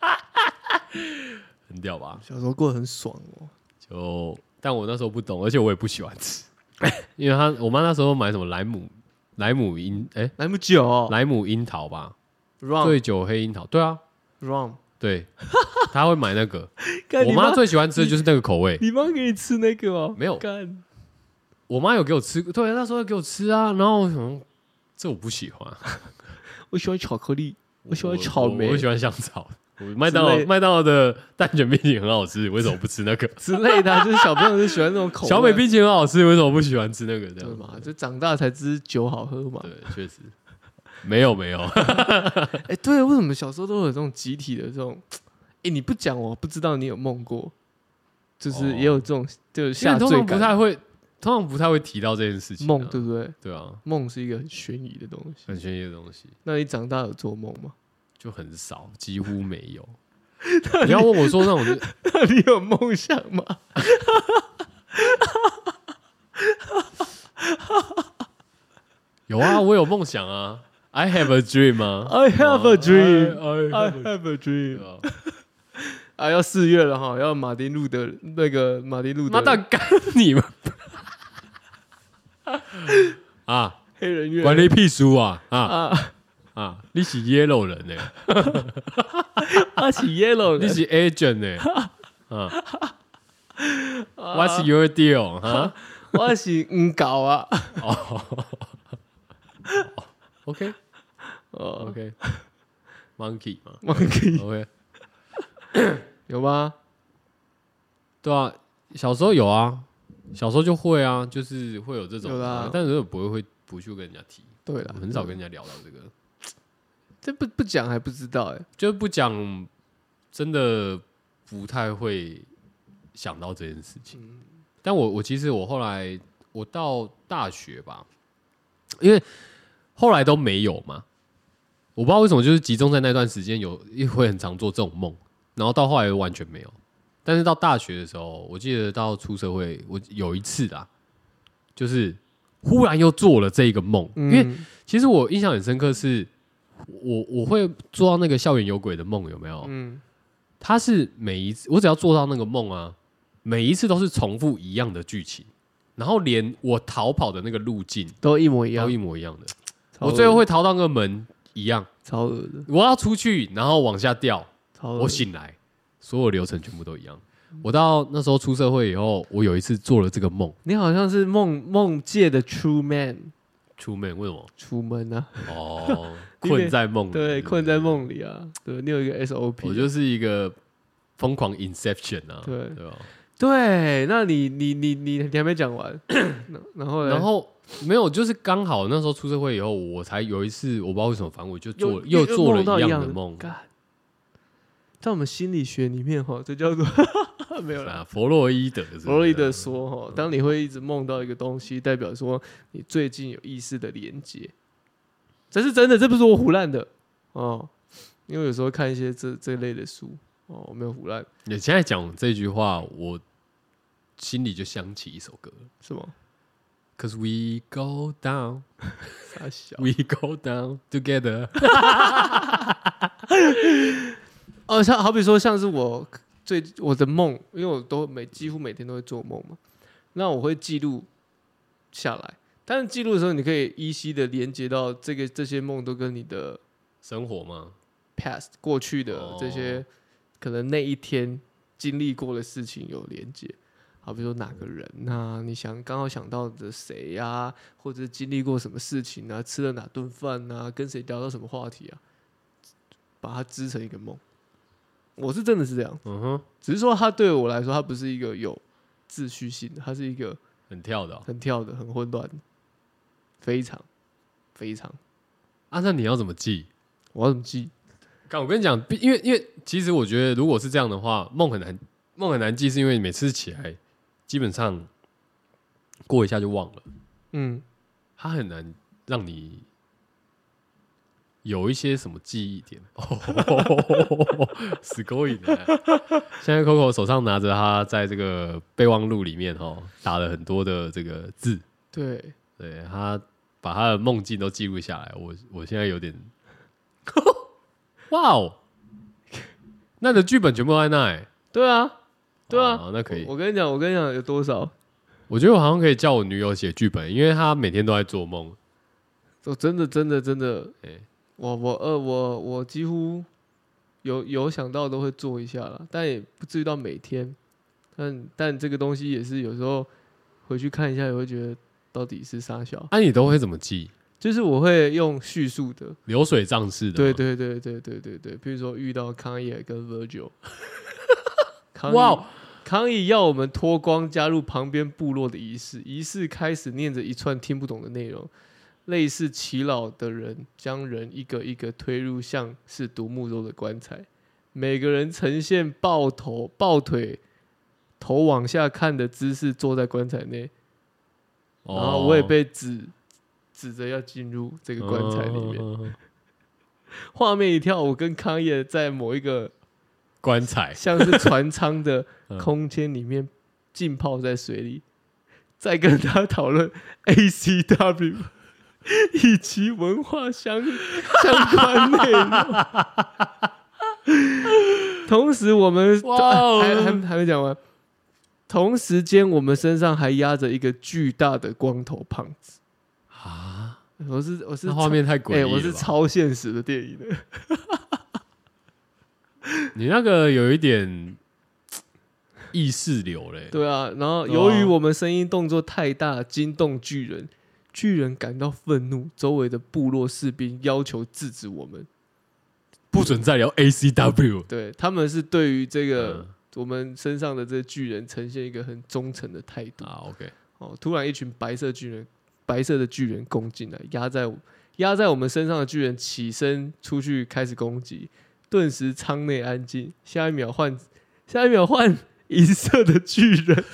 很屌吧？
小时候过得很爽哦。
就但我那时候不懂，而且我也不喜欢吃，因为她我妈那时候买什么莱姆莱姆樱哎、
来不久、哦、
莱姆樱桃吧，
，run
醉酒黑樱桃，对啊
run，
对，她会买那个。
干
我
你
妈最喜欢吃的就是那个口味，
你妈给你吃那个哦？
没有
干，
我妈有给我吃，对，那时候有给我吃啊，然后我想这我不喜欢。
我喜欢巧克力，我喜欢草莓
我我喜欢香 草。我麦当劳
之类
麦当劳的蛋卷冰淇淋很好吃，为什么不吃那 个？
之类的啊、就是小朋友就喜欢那种口味。
小美冰淇淋很好吃，为什么不喜欢吃那个？这
对
样
嘛？就长大才知酒好喝嘛。
对，确实没有没有，
哎、对，为什么小时候都会有这种集体的这种？哎、你不讲我不知道你有梦过，就是也有这种、就是
哦因
下
为通
坠
常不
感
太会，通常不太会提到这件事情啊。
梦，对不对？
对啊，
梦是一个很悬疑的东西。
很悬疑的东西
那你长大有做梦吗？
就很少，几乎没有。你要问我说那种就
那你有梦想吗？
有啊，我有梦想啊，I have a dream 啊
I have a dream. I
I- I have a
have a
dream
dream.
啊
啊，要四月了哈，要马丁路德那个马丁路德
妈蛋干你们 啊！
黑人月
管你屁书啊啊
啊，
啊！你是 yellow 人 呢、
阿喜 yellow
你
的
是 agent 呢、啊，What's your deal？哈、
啊我是嗯搞啊，
o k
哦，
OK，Monkey、嘛
我可以
，OK，
有吗？
对啊，小时候有啊，小时候就会啊，就是会有这种
有啦
但是不会会不去跟人家提，
对了，
很少跟人家聊到这个，
这不不讲还不知道哎，
就不讲，真的不太会想到这件事情。但我我其实我后来我到大学吧，因为后来都没有嘛，我不知道为什么就是集中在那段时间有会很常做这种梦，然后到后来完全没有。但是到大学的时候，我记得到出社会，我有一次啊，就是忽然又做了这一个梦，因为
嗯
其实我印象很深刻是，我我会做到那个校园有鬼的梦，有没有？
嗯，
它是每一次我只要做到那个梦啊，每一次都是重复一样的剧情，然后连我逃跑的那个路径
都一模一样
都一，模一样的。我
超恶
最后会逃到那个门一样，
超恶的，
我要出去，然后往下掉，
超恶
我
的
醒来，所有流程全部都一样。我到那时候出社会以后，我有一次做了这个梦，
你好像是梦梦界的 true man，
出门为什么？
出门啊，
哦，
因为
困在梦里，
对，
不
困在梦里啊，对，你有一个 SOP，
我就是一个疯狂 inception 啊，
对
对吧？
对，那你你你你你还没 讲完，然然后嘞
然后没有，就是刚好那时候出社会以后，我才有一次，我不知道为什么，反正我就做了
又
做了
梦到
一
一
样
样
的
的
梦。
干，在我们心理学里面哈，这叫做 没有啦。
啊，弗洛伊德是不是，
弗洛伊德说哈，当你会一直梦到一个东西，代表说你最近有意识的连接，这是真的，这不是我胡乱的哦。因为有时候看一些这这类的书哦，我没有胡乱，
你现在讲这句话，我心里就想起一首歌
是吗？
，Cause we go down,
傻小
we go down together。
哦，像好比说，像是我最我的梦，因为我都每几乎每天都会做梦嘛，那我会记录下来。但是记录的时候，你可以依稀的连接到这个这些梦都跟你的
生活嘛，
past 过去的这些、
哦
可能那一天经历过的事情有连接。好，比如说哪个人啊，你想刚好想到的谁呀、啊，或者经历过什么事情啊，吃了哪顿饭啊，跟谁聊到什么话题啊，把它织成一个梦。我是真的是这样。
嗯哼，
只是说它对我来说，它不是一个有秩序性的，它是一个
很跳的哦、
很跳的、很混乱的，非常非常，
啊，那你要怎么记？
我要怎么记？
刚我跟你讲，毕因为因为其实我觉得，如果是这样的话，梦很难梦很难记，是因为你每次起来基本上过一下就忘了，
嗯，
它很难让你有一些什么记忆点。 哦，死勾引的！现在 Coco 手上拿着他在这个备忘录里面哦打了很多的这个字，
对，
对他把他的梦境都记录下来。我我现在有 点，哇哦，那你的剧本全部都在那、欸，
对啊，对啊，
哦那可以。
我我跟你讲，我跟你讲有多少？
我觉得我好像可以叫我女友写剧本，因为她每天都在做梦。
我真的真的真的
哎，
我我呃我我几乎有有想到都会做一下了，但也不至于到每天。但但这个东西也是有时候回去看一下，也会觉得到底是啥小，
啊，你都会怎么记？
就是我会用叙述的，
流水账式的吗，
对对对对对对对，比如说遇到康也跟 Virgil，康
哇
也
哦，
康也要我们脱光加入旁边部落的仪式，仪式开始念着一串听不懂的内容，类似祈老的人将人一个一个推入像是独木舟的棺材，每个人呈现抱头抱腿。头往下看的姿势坐在棺材内，
哦
然后我也被指指着要进入这个棺材里面。
嗯
画面一跳，我跟康也在某一个
棺材
像是船舱的
嗯
空间里面浸泡在水里，再跟他讨论 A C W 以及文化相相关内 容。同时，我们
哇哦
还还还没讲完。同时间，我们身上还压着一个巨大的光头胖子。
啊，
我是我是
这画面太
超
诡
哎、
异了吧。
我是超现实的电影的。
你那个有一点意识流嘞，
对啊，然后
对啊
由于我们声音动作太大，惊动巨人，巨人感到愤怒，周围的部落士兵要求制止我们。
不准再聊 A C W。
对，他们是对于这个、
嗯
我们身上的这巨人呈现一个很忠诚的态度。
啊，OK，
哦，突然一群白色巨人，白色的巨人攻进来，压在压在我们身上的巨人起身出去开始攻击，顿时舱内安静。下一秒换，下一秒换银色的巨人。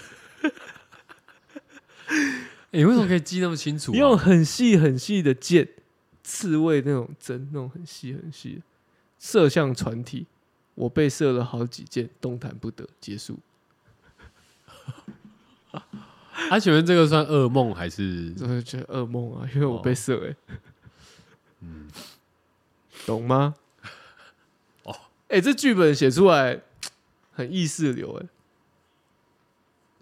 哎你为什么可以记那么清 楚啊？
用很细很细的箭，刺猬那种针，那种很细很细的，射向船体。我被射了好几箭，动弹不得，结束。
啊，请问这个算噩梦还是？
这觉得噩梦啊，因为我
哦
被
嗯
射哎、懂吗？
哦，
哎、这剧本写出来很意识流哎、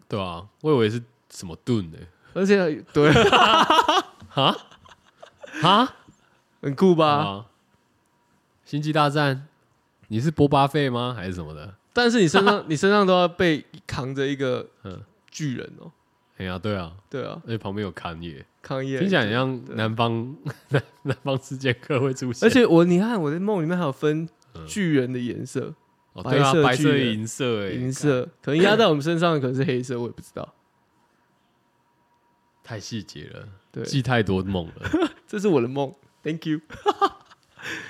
对啊，我以为是什么盾呢？
而且对，
啊，
很酷吧？
啊，星际大战，你是波巴费吗？还是什么的？
但是你身上你身上都要被扛着一个
嗯
巨人哦、
哎呀，对啊，
对啊，
而且旁边有康业，
康业
听起来很像南方 南南方世界课会出现，
而且我你看我的梦里面还有分
嗯
巨人的颜色，
哦对啊，
白
白
色巨
色、
人
银色，哎，
银色可能压在我们身上，可能是黑色，我也不知道。
太细节了，
对，
记太多梦了。
这是我的梦，Thank you。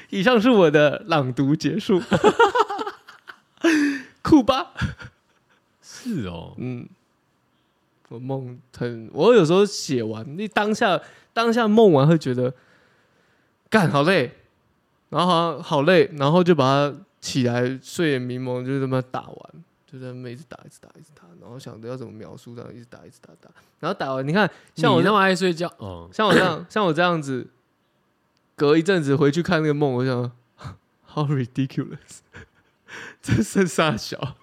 以上是我的朗读结束， 酷吧？
是哦，
嗯，我梦很，我有时候写完，你当下当下梦完会觉得，干好累，然后好像好累，然后就把它起来睡眼迷蒙，就这么打完，就在那么一直打，一直打，一直打，然后想着要怎么描述，这样一直打，一直打打，然后打完，你看像我
你
这
那么爱睡觉，嗯，
像我这样，像我这样子，隔一阵子回去看那个梦，我想，how ridiculous，这是傻小。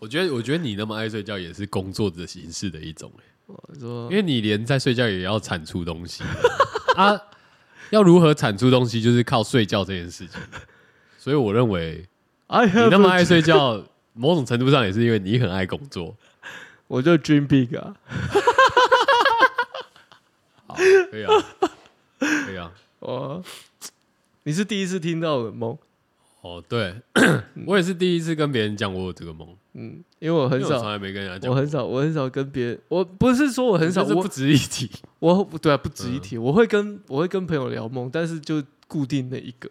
我觉得我觉得你那么爱睡觉也是工作的形式的一种，哎
我说
因，为你连在睡觉也要产出东西 啊，要如何产出东西就是靠睡觉这件事情，所以我认 为。
I have
你那么
a
爱
dream-
睡觉，某种程度上也是因为你很爱工作。
我就 dream big 啊。
好，可以啊，可以啊。
哦，你是第一次听到我的梦，
哦，对，我也是第一次跟别人讲我有这个梦，
嗯，因为我很
因为我从
少，
来没跟人家讲
我
过，
很少，我很少跟别人，我不是说我很少，
这是不嗯
我
值一提。
我对啊，不止一提，我会跟我会跟朋友聊梦，但是就固定那一个，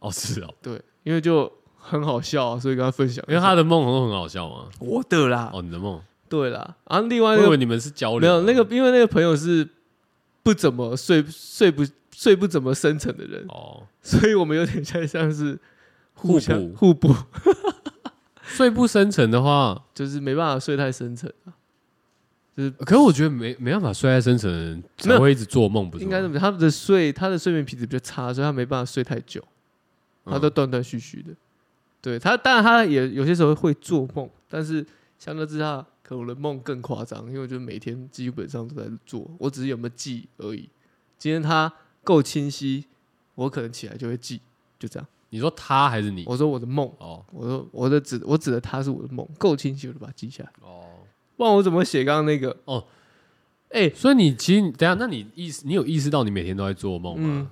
哦，是哦，
对，因为就很好笑、啊，所以跟他分享一下。
因为他的梦都很好笑嘛。
我的啦，
哦，你的梦，
对啦，啊，另外
我
那
以
个
为你们是交流，
没有那个，因为那个朋友是不怎么睡睡不睡不怎么深沉的人，
哦，
所以我们有点像像是
互
互相
补
互补，
睡不深沉的话，
就是没办法睡太深沉啊，就是
可是我觉得没没办法睡在深沉的人
没
才
有
会一直做梦，不是
应
吗？嗯
该怎么？他的睡他的睡眠品质比较差，所以他没办法睡太久，
嗯
他都断断续续的。对他，当然他也有些时候会做梦，但是相较之下，可能我的梦更夸张，因为我就每天基本上都在做，我只是有没有记而已。今天他够清晰，我可能起来就会记，就这样。
你说他还是你？
我说我的梦，
哦
我说我的指我指的他是我的梦，够清晰我就把它记下来，
哦，
不然我怎么写刚刚那个？
哎，所以你其实等一下，那你意识你有意识到你每天都在做梦
嗯
吗？，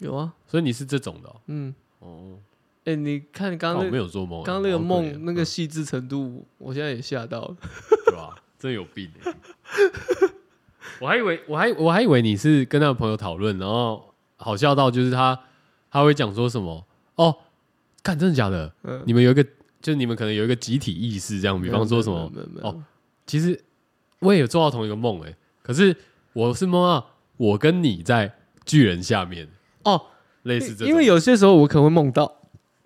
有啊，
所以你是这种的哦
嗯，
哦，
哎、你看刚
那
刚
我
那
没有做梦啊，
刚刚那个
好可怜
梦那个
嗯
细致程度，我现在也吓到了。
对吧？真有 病欸！我还以为我还我还以为你是跟那个朋友讨论，然后好笑到就是他他会讲说什么哦，干真的假的？
嗯，
你们有一个就是你们可能有一个集体意识，这样，比方说什么
没有？没有没有
哦其实我也有做到同一个梦哎、可是我是梦到我跟你在巨人下面，
哦，
类似这种。
因因为有些时候我可能会梦到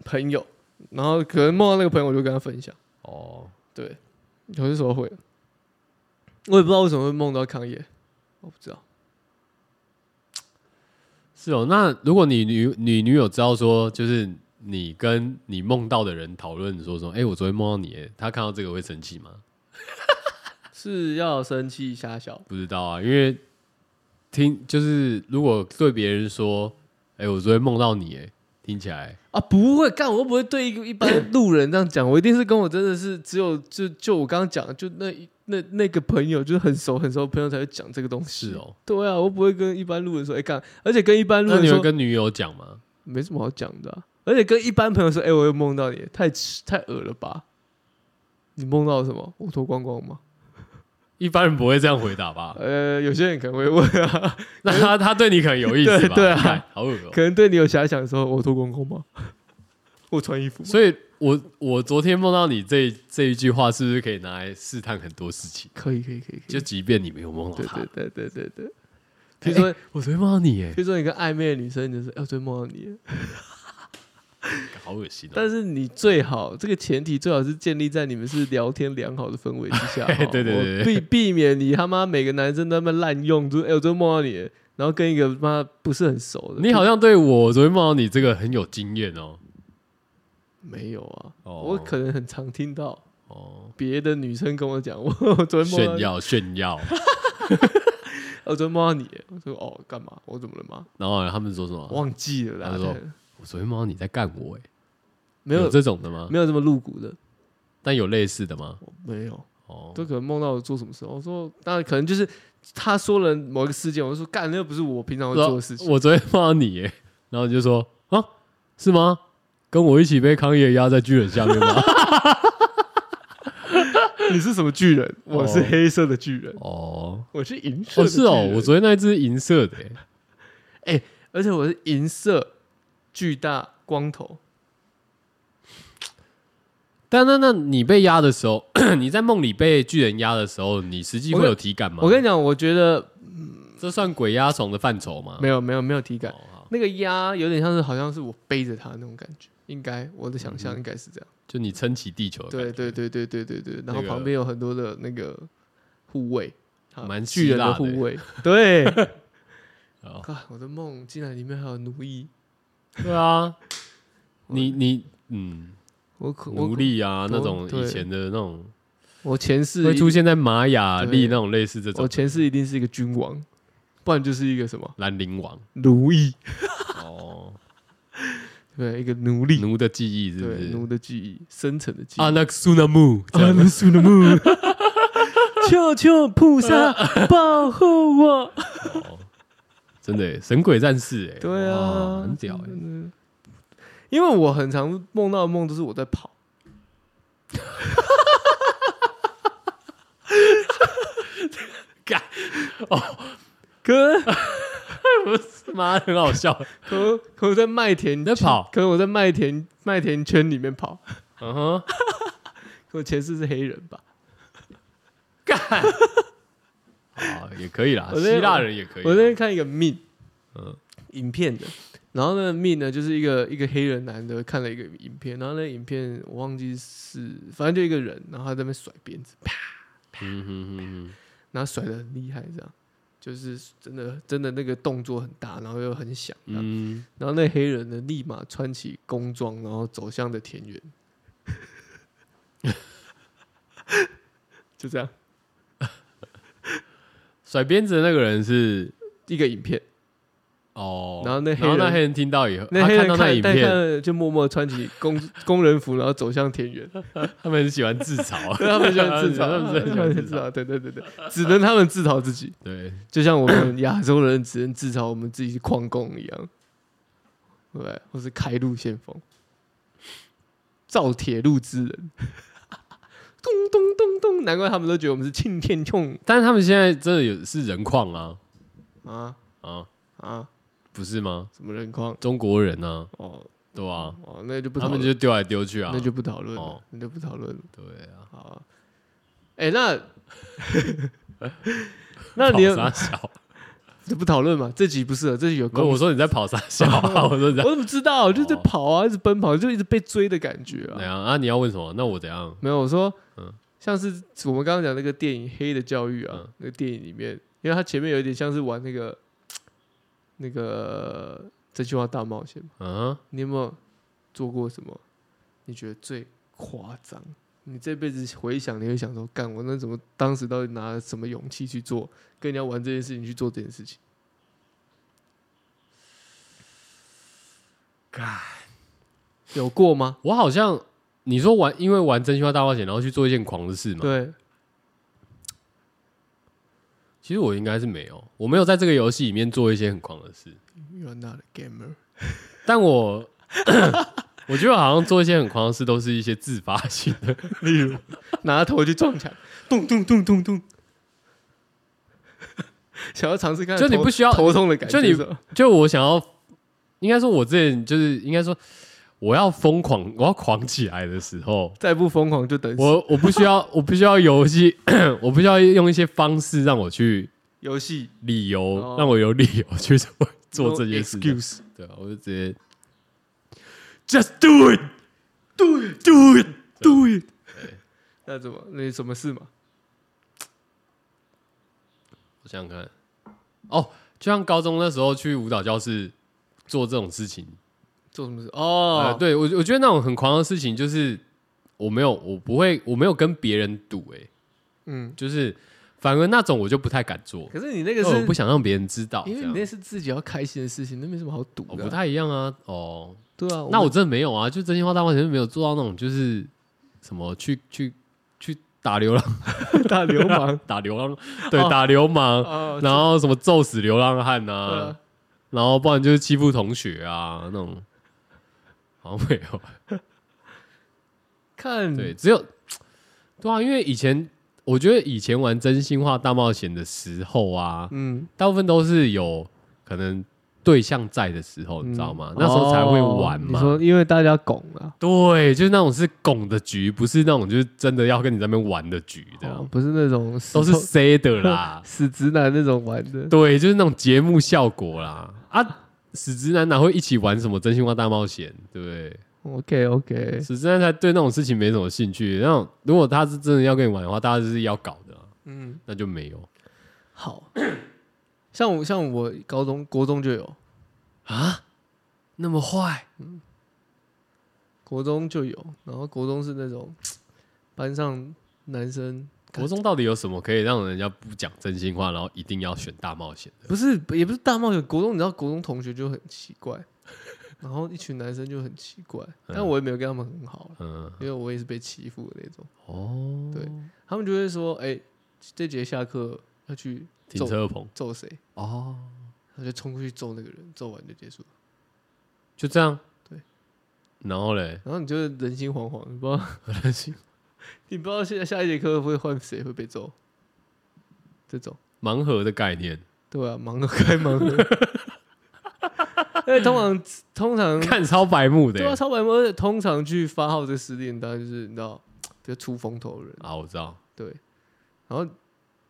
朋友，然后可能梦到那个朋友，我就跟他分享。
哦，
对，有些时候会，我也不知道为什么会梦到康业，我不知道。
是哦。那如果你女你女友知道说，就是你跟你梦到的人讨论说说，哎、我昨天梦到你、欸，她看到这个会生气吗？
是要生气瞎笑，
不知道啊，因为听就是如果对别人说，哎、我昨天梦到你、欸，听起来
啊，不会干，我又不会对一个一般路人这样讲，我一定是跟我真的是只有就就我刚刚讲的，就那一那那个朋友，就是很熟很熟的朋友才会讲这个东西。
是，哦。
对啊，我不会跟一般路人说，哎、干，而且跟一般路
那
人
你会
说
跟女友讲吗？
没什么好讲的啊、而且跟一般朋友说，哎、我又梦到你，太奇太恶了吧？你梦到了什么？我脱光光吗？
一般人不会这样回答吧？
呃，有些人可能会问啊，
那他他对你可能有意思吧？
对对啊
看，好恶哦、
可能对你有遐想的时候，我脱光光吗？ 我穿衣服吗？
所以我我昨天梦到你这这一句话，是不是可以拿来试探很多事情？
可以可以可以可以，
就即便你没有梦到
对
他
对，对对对对。
比
比
如
如
说、
说，
我昨天梦到你， 哎
比，如说你跟暧昧的女生，你就是哎要追梦到你，
好恶心、哦。
但是你最好这个前提最好是建立在你们是聊天良好的氛围之下
，对
哦
对对对
我避避免你他妈每个男生都他妈滥用，就是哎、我真摸到你，然后跟一个妈不是很熟的，
你好像对我昨天梦到你这个很有经验哦。
没有啊？
哦
我可能很常听到
哦，
别的女生跟我讲， 我我昨天摸到
炫
你，
耀炫耀，
我昨天摸到你，我说哦干嘛？我怎么了吗？
然后他们说什么？我
忘记了啦
哦他说，
这样
昨天梦到你在干我，哎，
没有
这种的吗？
没有这么露骨的，
但有类似的吗？
我没有。
哦，
都可能梦到我做什么事。我说，当然可能就是他说了某一个事件，我就说干，那又不是我平常会
啊
做的事情。
我昨天梦到你耶，然后你就说啊，是吗？跟我一起被康爷压在巨人下面吗？
你是什么巨人？我是黑色的巨人，
哦，
我是银色
哦
的
是哦，
巨人
我昨天那一只银色的耶，欸
而且我是银色巨大光头。
但那那你被压的时候， 你在梦里被巨人压的时候，你实际
我
会
跟
有体感吗？
我跟你讲，我觉得
这算鬼压床的范畴吗？
没有没有没有体感，
哦好
那个压有点像是好像是我背着他那种感觉。应该我的想象应该是这样。
就你撑起地球的感觉，
对对对对对对对，然后
那个
旁边有很多的那个护卫，啊
蛮
巨人
希腊
的
的
护卫。对，
哦
啊，我的梦竟然里面还有奴役。
对啊，你你嗯，
我可我
奴隶啊，
我
那种
对
以前的那种
我前世
会
一
出现在玛雅
对
历那种类似这
我
种
前世一定是一个君王，不然就是一个什么
兰陵王
奴役，
哦，
对，一个奴隶，
奴的记忆是不
对，
是？
奴的记忆，深层的记忆。
啊，那苏纳木这
啊，
样
那苏的 木，求求菩 萨保护我。
哦真的耶神鬼战士哎，
对
哇
啊，
很屌哎。
嗯。因为我很常梦到的梦都是我在跑， 哦可
妈很好 笑。
可可我在麦田
你在跑，
可我在麦田麦田圈里面跑，
嗯哼，
可我前世是黑人吧？
干。啊，也可以啦，
我那
希腊人也可以啦。啊
我那天看一个命，
嗯
影片的，然后呢命呢就是一个一个黑人男的看了一个影片，然后那影片我忘记是，反正就一个人，然后他在那边甩鞭子，啪，
嗯哼哼
然后甩的很厉害，这样就是真的真的那个动作很大，然后又很响，这样
嗯，
然后那黑人呢，立马穿起工装，然后走向的田园， 就这样
甩鞭子的那个人是
一个影片。
哦，
然后那黑
然后那
人
黑人听到以后，
那
他
黑人
看到那影
但看
片，
了就默默穿起工工人服，然后走向田园。
他们很喜欢自嘲，
对，他们喜欢自嘲，
他们是很喜欢自嘲。
嘲。对对对对， 只能他们自嘲自己，
对，
就像我们亚洲人只能自嘲我们自己是矿工一样，对不对，或是开路先锋，造铁路之人。 咚咚咚咚，难怪他们都觉得我们是庆天冲
但是他们现在真的有是人矿啊
啊
啊，
啊，
不是吗？
什么人况？
中国人呢、
哦
啊，对吧、
哦，那就不
他
讨
们
论，
就丢来丢去啊，
那就不讨论
哦
了，那就不讨论了。
对啊，
好啊，哎， 那那你有
跑啥小？
这不讨论嘛？这集不适合，这集有
不是
公
我说你在跑啥小啊？我说你在
我怎么知道？就是在跑啊，一直奔跑，就一直被追的感觉
怎
啊。
样哦啊？你要问什么？那我怎样？
没有，我说
嗯，
像是我们刚刚讲那个电影《黑的教育》啊
嗯，
那个电影里面，因为它前面有一点像是玩那个那个真心话大冒险嘛。
嗯、
你有没有做过什么你觉得最夸张？你这辈子回想，你会想说，干我那怎么当时到底拿了什么勇气去做，跟人家玩这件事情去做这件事情？有过吗？
我好像你说玩，因为玩真心话大冒险，然后去做一件狂的事嘛。
对，
其实我应该是没有，我没有在这个游戏里面做一些很狂的事，
You are not a gamer。
但我 我觉得好像做一些很狂的事都是一些自发性的，
例如，拿头去撞墙，咚咚咚 咚咚，想要尝试看
就你
头
不需要
头痛的感觉
就你
是吧，
就我想要，应该说我之前就是应该说我要疯狂，我要狂起来的时候，
再不疯狂就等死
我我不需要，我不需要游戏， 我不需要用一些方式让我去
游戏
理由，
哦
让我有理由去做做
no
这件事情。
excuse。
对啊，我就直接 just do it, do it, do it, do it。
哎那怎么？那什么事嘛？
我想想看，哦，就像高中那时候去舞蹈教室做这种事情，
做什么事？
啊，
哦，，
对我我觉得那种很狂的事情，就是我没有，我不会，我没有跟别人赌，哎，
嗯。
就是反而那种我就不太敢做，
可是你那
因
个
为哦我
是
不，想让别人知道，
因为
这
你
样
那是自己要开心的事情，那没什么好赌
哦
的
不
啊。
太一样啊，哦，
对啊，
那我
们
真的没有啊，就真心话大冒险就没有做到那种就是什么去去去打流浪
大流氓
打流浪，对，
哦
打流氓，
啊，
然后什么揍死流浪汉
对
哦啊
啊，
然后不然就是欺负同学啊那种，好像没有。啊
看
对，只有对啊，因为以前我觉得以前玩真心话大冒险的时候啊，
嗯，
大部分都是有可能对象在的时候，你知道吗？那时候才会玩
嗯哦
嘛。
你说，因为大家拱啊了，
对，就是那种是拱的局，不是那种就是真的要跟你在那边玩的局，这样、
哦不是那种死
啊都是
臭。
塞的啦
死直男那种玩的。
对，就是那种节目效果啦。啊，死直男哪会一起玩什么真心话大冒险，对不对？
OK OK，
死直男才对那种事情没什么兴趣。那种如果他是真的要跟你玩的话，大家就是要搞的啊、
嗯，
那就没有。
好。像我像我高中国中就有，
啊，那么坏？
国中就有，然后国中是那种班上男生
国中到底有什么可以让人家不讲真心话，然后一定要选大冒险的？
不是，也不是大冒险。国中你知道，国中同学就很奇怪，然后一群男生就很奇怪，但我也没有跟他们很好，
嗯，
因为我也是被欺负的那种。
哦，
对，他们就会说：“哎、这节下课要去
停车棚
揍谁
哦，？”
他就冲过去揍那个人，揍完就结束了。
就这样。
对，
然后嘞，
然后你就人心惶惶，你不知道人心，你不知道下下一节课会换谁会被揍，这种
盲盒的概念，
对啊，忙个开忙了， 因为通常通常
看超白目的
对啊，
耶。
超白目，而且通常去发号这失恋单就是你知道比较出风头的人，
啊，我知道，
对，然后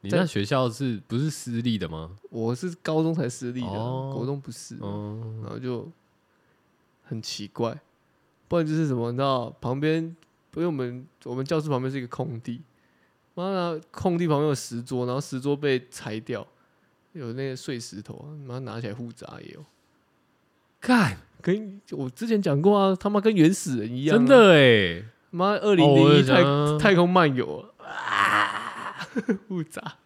你
在
那学校是不是私立的吗？
我是高中才失利的啊，
哦
国中不是，
哦，
然后就很奇怪，不然就是什么，你知道旁边，因为我们我们教室旁边是一个空地，妈的空地旁边有石桌，然后石桌被拆掉，有那个碎石头啊，妈拿起来互砸也有，
干，
跟我之前讲过啊，他妈跟原始人一样、啊
真，的哦哎，
妈二
二
零零一太、
太
太空漫游啊， 互砸，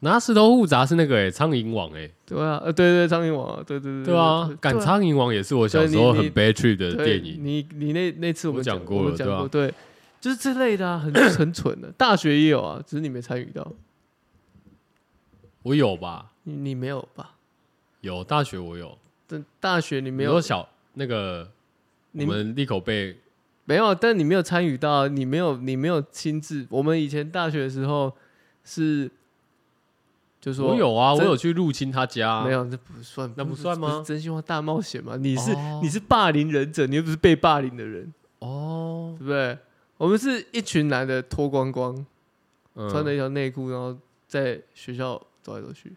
拿石头互砸是那个哎，苍蝇网哎，
对啊，呃，对对苍蝇王啊，对对对
对啊，赶
对
苍蝇网也是我小时候很 bad trip 的
对
电影，
你你那那次我们
我讲
讲
过
我们
了
讲
对啊吧
过对，就是这类的啊，很 很蠢的。大学也有啊，只是你没参与到，
我有吧？
你你没有吧？
有大学我有，
但大学你没
你
有
说，小那个我
你
们利口被
没有，啊但你没有参与到啊，你没有你没有亲自。我们以前大学的时候是，就说
我有啊，我
真
有去入侵他家啊，
没有，那不算，
那不
是
算吗
是真心话大冒险嘛？你是
哦
你是霸凌忍者，你又不是被霸凌的人，
哦，
对不对？我们是一群男的脱光光，
嗯
穿着一条内裤，然后在学校走来走去。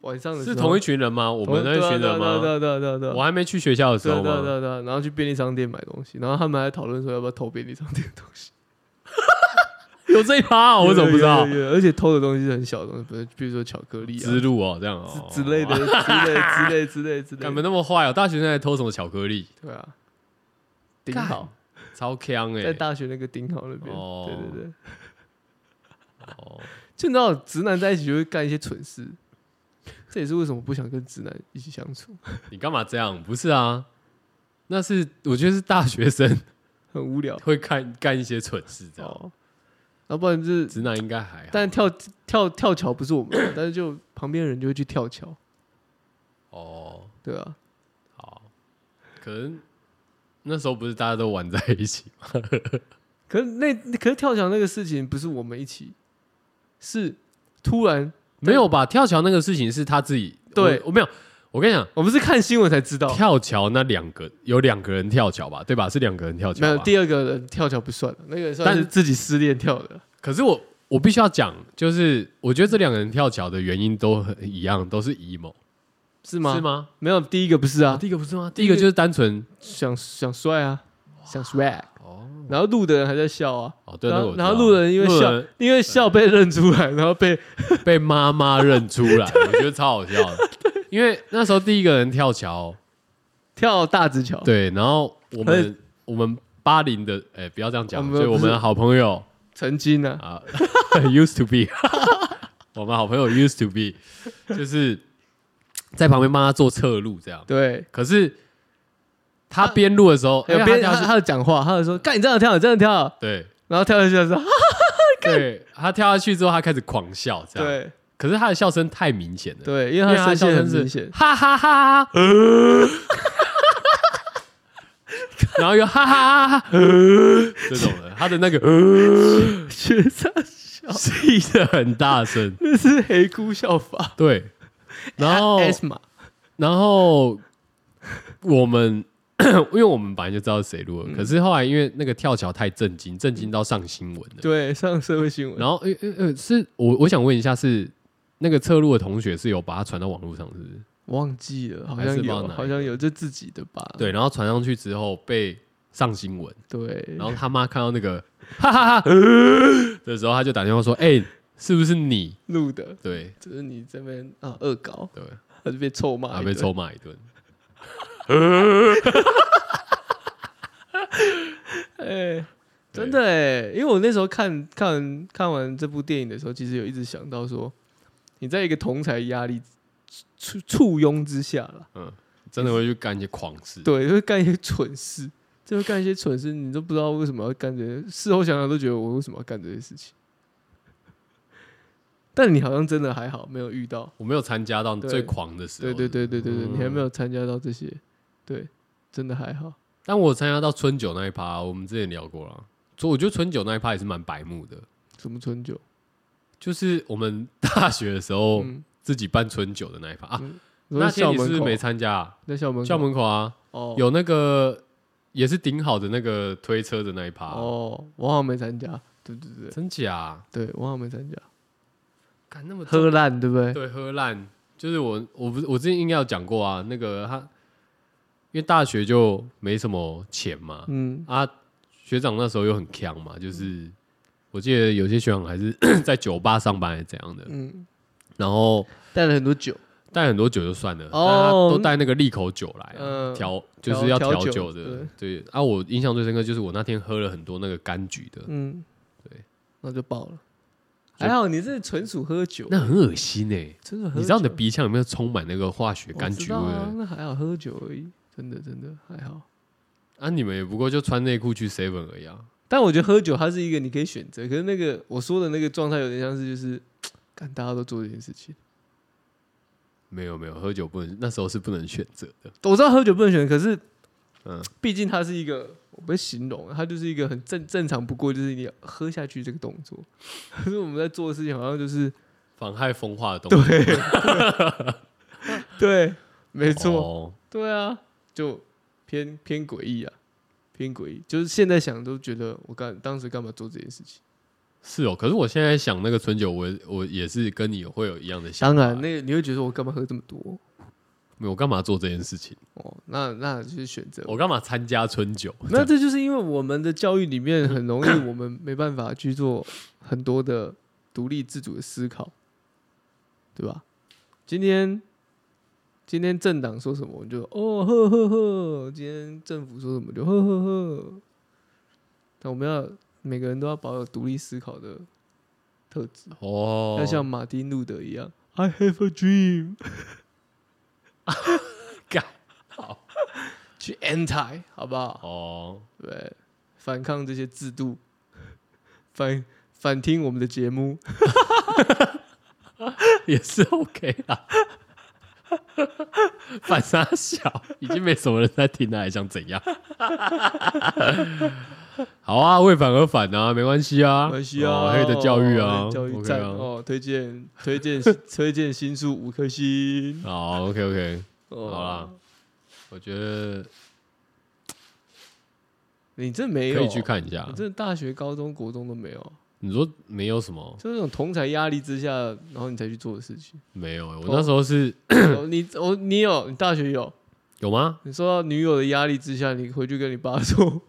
晚上的时
是
候哦
同一群人吗？我们那一群人
对
吗？
啊对啊对啊对啊对啊对
我
啊
还没去学校的时
对啊
候
对啊对
吗？
啊对啊，然后去便利商店买东西，然后他们还讨论说要不要偷便利商店的东西。
有这一趴哦，我怎么不知道
有？有有有而且偷的东西是很小的东西，比如比如说巧克力啊
之路哦，这样哦
之之类的，之类之类之类之
干
类
嘛
的。
那么坏哦？大学生在偷什么巧克力？
对啊，顶
干
好，
超强哎、
在大学那个顶好那边，
哦
对对对，
哦，
就你知道直男在一起就会干一些蠢事，这也是为什么不想跟直男一起相处。
你干嘛这样？不是啊，那是我觉得是大学生
很无聊。
会干干一些蠢事，这样、
哦，要不然就是，
直男应该还好。
但跳跳跳桥不是我们的，但是就旁边的人就会去跳桥，
哦，
对啊，
好，可能那时候不是大家都玩在一起吗？
可是那可是跳桥那个事情不是我们一起，是突然
没有吧？跳桥那个事情是他自己，
对
我我没有。我跟你讲，
我们是看新闻才知道，
跳桥那两个有两个人跳桥吧，对吧？是两个人跳桥
没
吧。
有第二个人跳桥不算了，那个算是
但
自己失恋跳的，
可是我我必须要讲，就是我觉得这两个人跳桥的原因都很一样，都是 emo，
是吗？
是吗？
没有第一个不是啊，
第一个不是吗？第
第一
一
个
个就是单纯
想想帅啊，想帅，
哦
然后录的人还在笑啊。
哦，对，
然
那个我
后，
知道
然后路人因为笑，因为笑被认出来，然后被
被妈妈认出来，我觉得超好笑 的。因为那时候第一个人跳桥，
跳大直桥。
对，然后我
而
们我们八零的，哎，不要这样
我
讲，
们
所以我们
不是
的好朋友
曾经呢、
啊，used to be，我们好朋友 used to be，就是在旁边帮他做侧路这样。
对，
可是他边录的时候，
还有
哎因为
边
他跳下
他
去
他有讲话，他有说干你这样跳，你这样跳，
对
然后跳下去的时候，啊
对，他跳下去之后，他开始狂笑这样。
对
可是他的笑声太明显了，
对，因
因
为
为
他
他
的
的
声
笑
线很
声
明
是
显，
哈哈哈哈哈，然后又哈哈哈哈呃这种的，他的那个呃
学长笑，
气的很大 声，
这是黑姑笑法。
对，然后
S 嘛，
然后我们 因为我们本来就知道是谁录
嗯
的，可是后来因为那个跳桥太震惊，震惊到上新闻了。
对，上社会新闻，
然后，呃呃呃，是我我想问一下是，那个侧录的同学是有把它传到网络上，是不
嗯
是？
忘记了，好
还
像
是忘
有，
了哪
好像有，就自己的吧。
对，然后传上去之后被上新闻，
对，
然后他妈看到那个 哈哈哈的时候，他就打电话说：“哎、是不是你
录的，？”
对
就是你这边啊恶搞，
对，
他就被臭骂
然
一
后
顿，
被臭骂一顿。
哎，
对
真的哎，因为我那时候看看看完这部电影的时候，其实有一直想到说，你在一个同才压力簇簇拥之下啦，
真的会去干一些狂事，
对，会干一些蠢事，就会干一些蠢事，你都不知道为什么要干这些，事后想想都觉得我为什么要干这些事情。但你好像真的还好，没有遇到。
我没有参加到
对
最狂的时候。
对对对对对对，你还没有参加到这些，对，真的还好。
但我参加到春酒那一趴，我们之前聊过了，所以我觉得春酒那一趴也是蛮白目的，
什么春酒？
就是我们大学的时候、
嗯
自己办春酒的那一趴啊。
你
那
说
天
校
你是
门
不是
口
没参加、啊？
在校门口
校门口啊，
哦
有那个也是顶好的那个推车的那一趴、
哦，我好像没参加，对对对
真假？
对，我好像没参加，
干那么
喝烂对不啊对？
对，喝烂就是我，我不是我之前应该有讲过啊，那个他，因为大学就没什么钱嘛，
嗯，
啊，学长那时候又很强嘛，就是我记得有些学长还是 在酒吧上班还是怎样的，
嗯
然后
带了很多酒，
带很多酒就算了，但他
哦
都带那个利口酒来啊、
嗯
调，就
调
是要调
调酒
酒的，对啊，我印象最深刻就是我那天喝了很多那个柑橘的，
嗯，
对，
那就爆了。
就
还好你这纯属喝酒，
那很恶心哎、
纯属喝酒，
你知道你的鼻腔有没有充满那个化学
我
柑
知
橘
道
味？
啊那还好喝酒而已，真的真的还好。
啊，你们也不过就穿内裤去 seven 而已啊。
但我觉得喝酒它是一个你可以选择，可是那个我说的那个状态有点像是就是，看大家都做这件事情。
没有没有，喝酒不能，那时候是不能选择的。
我知道喝酒不能选，可是
嗯，
毕竟它是一个，我不会形容，它就是一个很正正常不过，就是你喝下去这个动作。 可是我们在做的事情好像就是
妨害风化的东西，对，
对，没错，
哦。
对啊，就偏偏诡异啊，偏诡异。就是现在想都觉得我干当时干嘛做这件事情？
是哦，可是我现在想那个春酒，我我也是跟你会有一样的想
当
法。
然，啊那个你会觉得我干嘛喝这么多？
没有我干嘛做这件事情？
哦，那那就是选择。
我干嘛参加春酒？
那这就是因为我们的教育里面很容易，我们没办法去做很多的独立自主的思考，对吧？今天今天政党说什么，我们就哦呵呵呵；今天政府说什么，就呵呵呵。但我们要每个人都要保有独立思考的特质，
哦，
要像马丁路德一样，I have a dream
干好
去 anti，好不好？
哦，
对，反抗这些制度， 反反听我们的节目，
也是 OK 啦。反杀小，已经没什么人在听了，还想怎样？好啊，为反而反啊，没关系啊，
没关系啊，
哦黑的教育
哦
啊，
教育
OK
站
啊，
哦，推荐推荐推荐新书五颗星，
好，OK OK，
哦
好啦，我觉得
你这没有
可以去，看一啊下
你。这大学、高中、国中都没有，
你说没有什么？
就是那种同才压力之下，然后你才去做的事情。
没有欸，我那时候是
哦你哦，你有，你大学有，
有吗？
你受到女友的压力之下，你回去跟你爸说，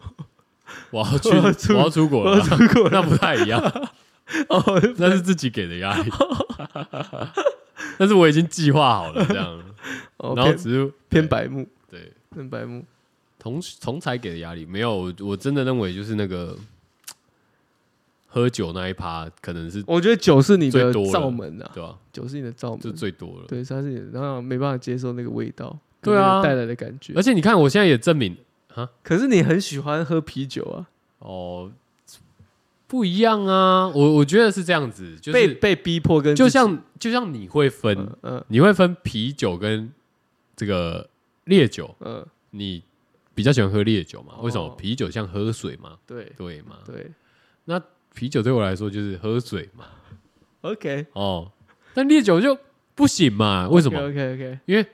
我要去，
我要出
我要出国
我
了
要
啊，
出 国了，
那不太一样，
哦，
那是自己给的压力。 但是我已经计划好了这样，
哦
然后
偏
只是
偏白目，
对
偏白目，
同同才给的压力没有，我我真的认为就是那个喝酒那一趴可能是
我觉得酒是你的
最多了
罩门啊，
对吧？
酒是你的罩门啊
这，最多了。
对，它是你的，然后没办法接受那个味道，
对啊
跟那个带来的感觉
而。且你看，我现在也证明
可是你很喜欢喝啤酒啊，
哦，不一样啊！我我觉得是这样子，就
被
是
被逼迫跟
就
自己
像嗯就像你会分，
嗯嗯
你会分啤酒跟这个烈酒，
嗯，
你比较喜欢喝烈酒嘛？
哦
为什么？啤酒像喝水嘛，
对
对嘛？
对
啤酒对我来说就是喝水嘛，
，OK，
哦，但烈酒就不行嘛？为什么？
OK OK，
因为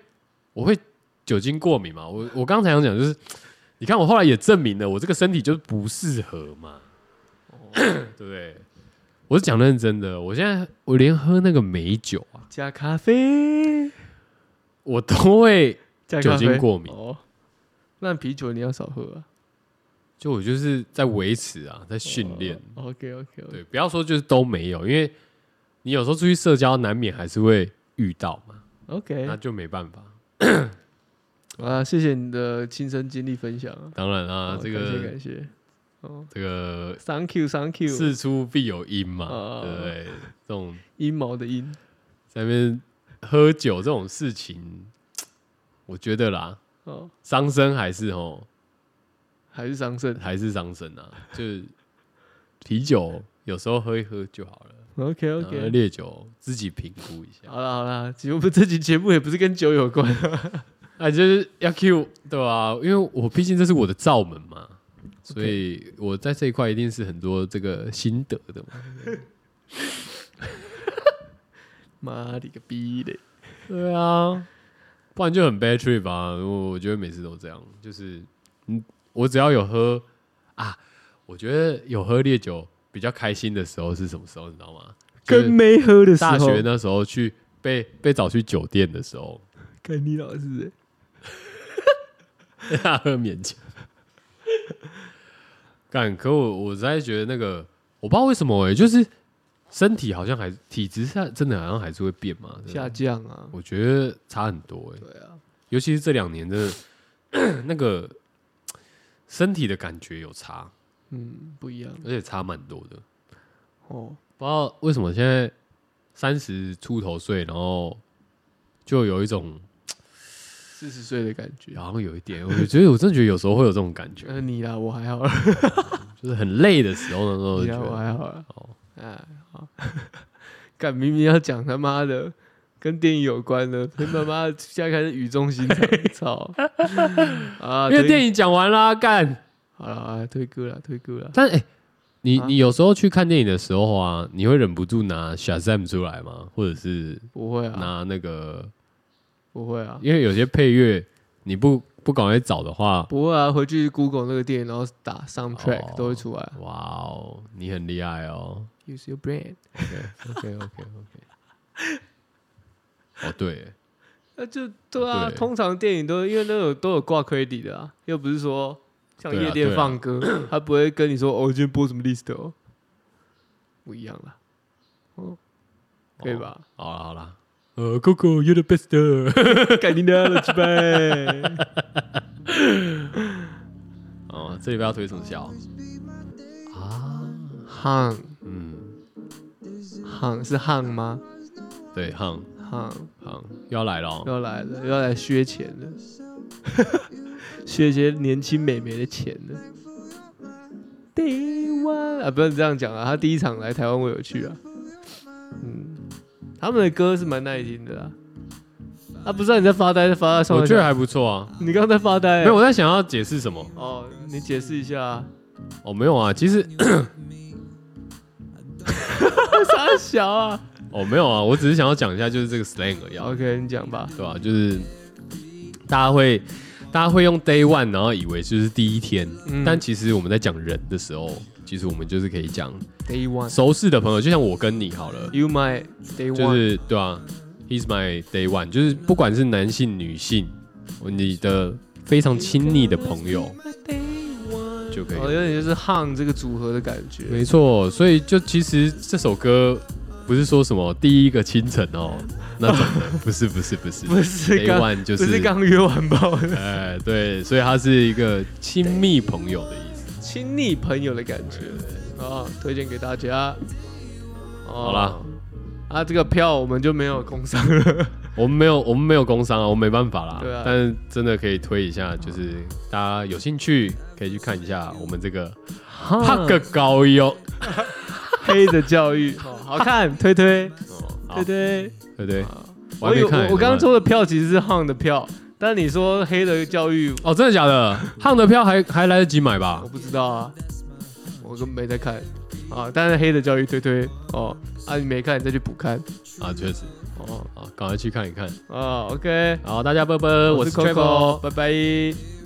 我会酒精过敏嘛。我我刚才想讲就是，你看我后来也证明了，我这个身体就是不适合嘛，
哦
对不对？我是讲认真的，我现在我连喝那个美酒啊，
加咖啡，
我都会，
加
酒
咖
精
啡
过敏
哦。那啤酒你要少喝啊，
就我就是在维持啊，在训练。
OK 哦 OK OK，
对，不要说就是都没有，因为你有时候出去社交，难免还是会遇到嘛，那
OK
就没办法。
啊，谢谢你的亲身经历分享啊，
当然啊，
哦
这
感谢
个
感谢，哦
这个
，Thank you Thank you，
事出必有因嘛，
哦
对不对？这种
阴谋的阴，
在那边喝酒这种事情，我觉得啦，
哦，
伤身还是哦，
还是伤肾
还是伤身啊。就是啤酒有时候喝一喝就好了，
，OK
然后
OK，
烈酒自己评估一下。
好啦好啦，节目这期节目也不是跟酒有关、啊，
啊，就是要 Q 对吧、因为我毕竟这是我的罩门嘛，所以我在这一块一定是很多这个心得的嘛。
妈里个逼嘞！
对啊，不然就很 bad trip 吧。我我觉得每次都这样，就是嗯，我只要有喝啊，我觉得有喝烈酒比较开心的时候是什么时候？你知道吗？就是
跟没喝的时候，
大学那时候去被被找去酒店的时候，
跟你老师欸，
大喝勉强。干，可我我实在觉得那个，我不知道为什么哎、就是身体好像还体质上真的好像还是会变嘛。对
下降啊，
我觉得差很多哎、
对啊，
尤其是这两年的 那个身体的感觉有差，
嗯，不一样
而且差蛮多的。
哦，
不知道为什么现在三十出头岁，然后就有一种
四十岁的感觉。
好像有一点，我觉得我真的觉得有时候会有这种感觉，
呃，你啦，我还好啦，
就是很累的时候呢，都
你
会觉
啦，我
得
还好啦。
哦，
哎，好， 干明明要讲他妈的跟电影有关的，他妈妈现在开始语重心 长，操啊！
因为电
影
影讲完啦，干。
好了，啊推歌了，推歌了，
但哎、你
啊
你有时候去看电影的时候啊，你会忍不住拿 Shazam 出来吗？或者是
不会啊，
拿那个，
不会啊，
因为有些配乐你不不赶快找的话，
不会啊，回去 Google 那个电影，然后打 soundtrack
哦
都会出来。
哇哦，你很厉害哦。
Use your brain，
OK OK OK OK。哦，对耶，
那就对啊，
对
通常电影都因为都有都有挂 credit 的啊，又不是说像
对啊
夜
对
店
啊
放歌， 他不会跟你说哦，今天播什么 list 哦，不一样啦，哦，可以
哦
吧？
好啦好啦，呃，Coco you're the best。
改你的了，鸡 掰！
哦，这里不要推什么笑啊？
夯
嗯，
夯是夯吗？
对，夯
夯
夯又要来了 哦，
要来了，要来削钱了， 削一些年轻美眉的钱了。Day one 啊，不能这样讲啊！他第一场来台湾，我有去啊。嗯，他们的歌是蛮耐听的啦。啊，不知道你在发呆，在发呆上
我
来
觉
讲
得还不错啊。
你刚刚在发呆、
没有，我在想要解释什么。
哦，你解释一下、啊。
哦，没有啊，其实
傻小啊
哦没有啊，我只是想要讲一下，就是这个 slang 而已啊。
，OK，你讲吧。
对吧、啊就是大家会大家会用 day one，然后以为就是第一天，
嗯
但其实我们在讲人的时候，其实我们就是可以讲
Day one，you
熟识的朋友，就像我跟你好了，
my day one，
就是对啊，he's my day one，就是不管是男性女性，你的非常亲密的朋友就可以
哦，有点就是 hang 这个组合的感觉。
没错，所以就其实这首歌不是说什么第一个清晨哦那种 的，不是不是不是
不是
day
刚
one 就
不
是
是刚约完炮的，
哎，对，所以它是一个亲密朋友的意思。
亲密朋友的感觉啊，推荐给大家。哦
好啦，
啊，这个票我们就没有工商了。
我们没有，我们没有工商啊，我们没办法啦。
对啊
但是真的可以推一下，就是大家有兴趣可以去看一下我们这个帕克高优。
黑的教育，哦好看，推推
哦，好
推
对对
推。
对，
啊
我还
以
没
为
看。
我我刚刚
怎么
抽的票其实是 hang 的票，但你说黑的教育，
办哦，真的假的？夯的票还还来得及买吧
我？不知道啊，我根本没在看啊。但是黑的教育推推哦，啊你没看你再去补看
啊，确实，
哦
啊，赶快去看一看。
啊 OK。
好，大家拜拜，我
我
是
是
Travel。
Coco，拜拜。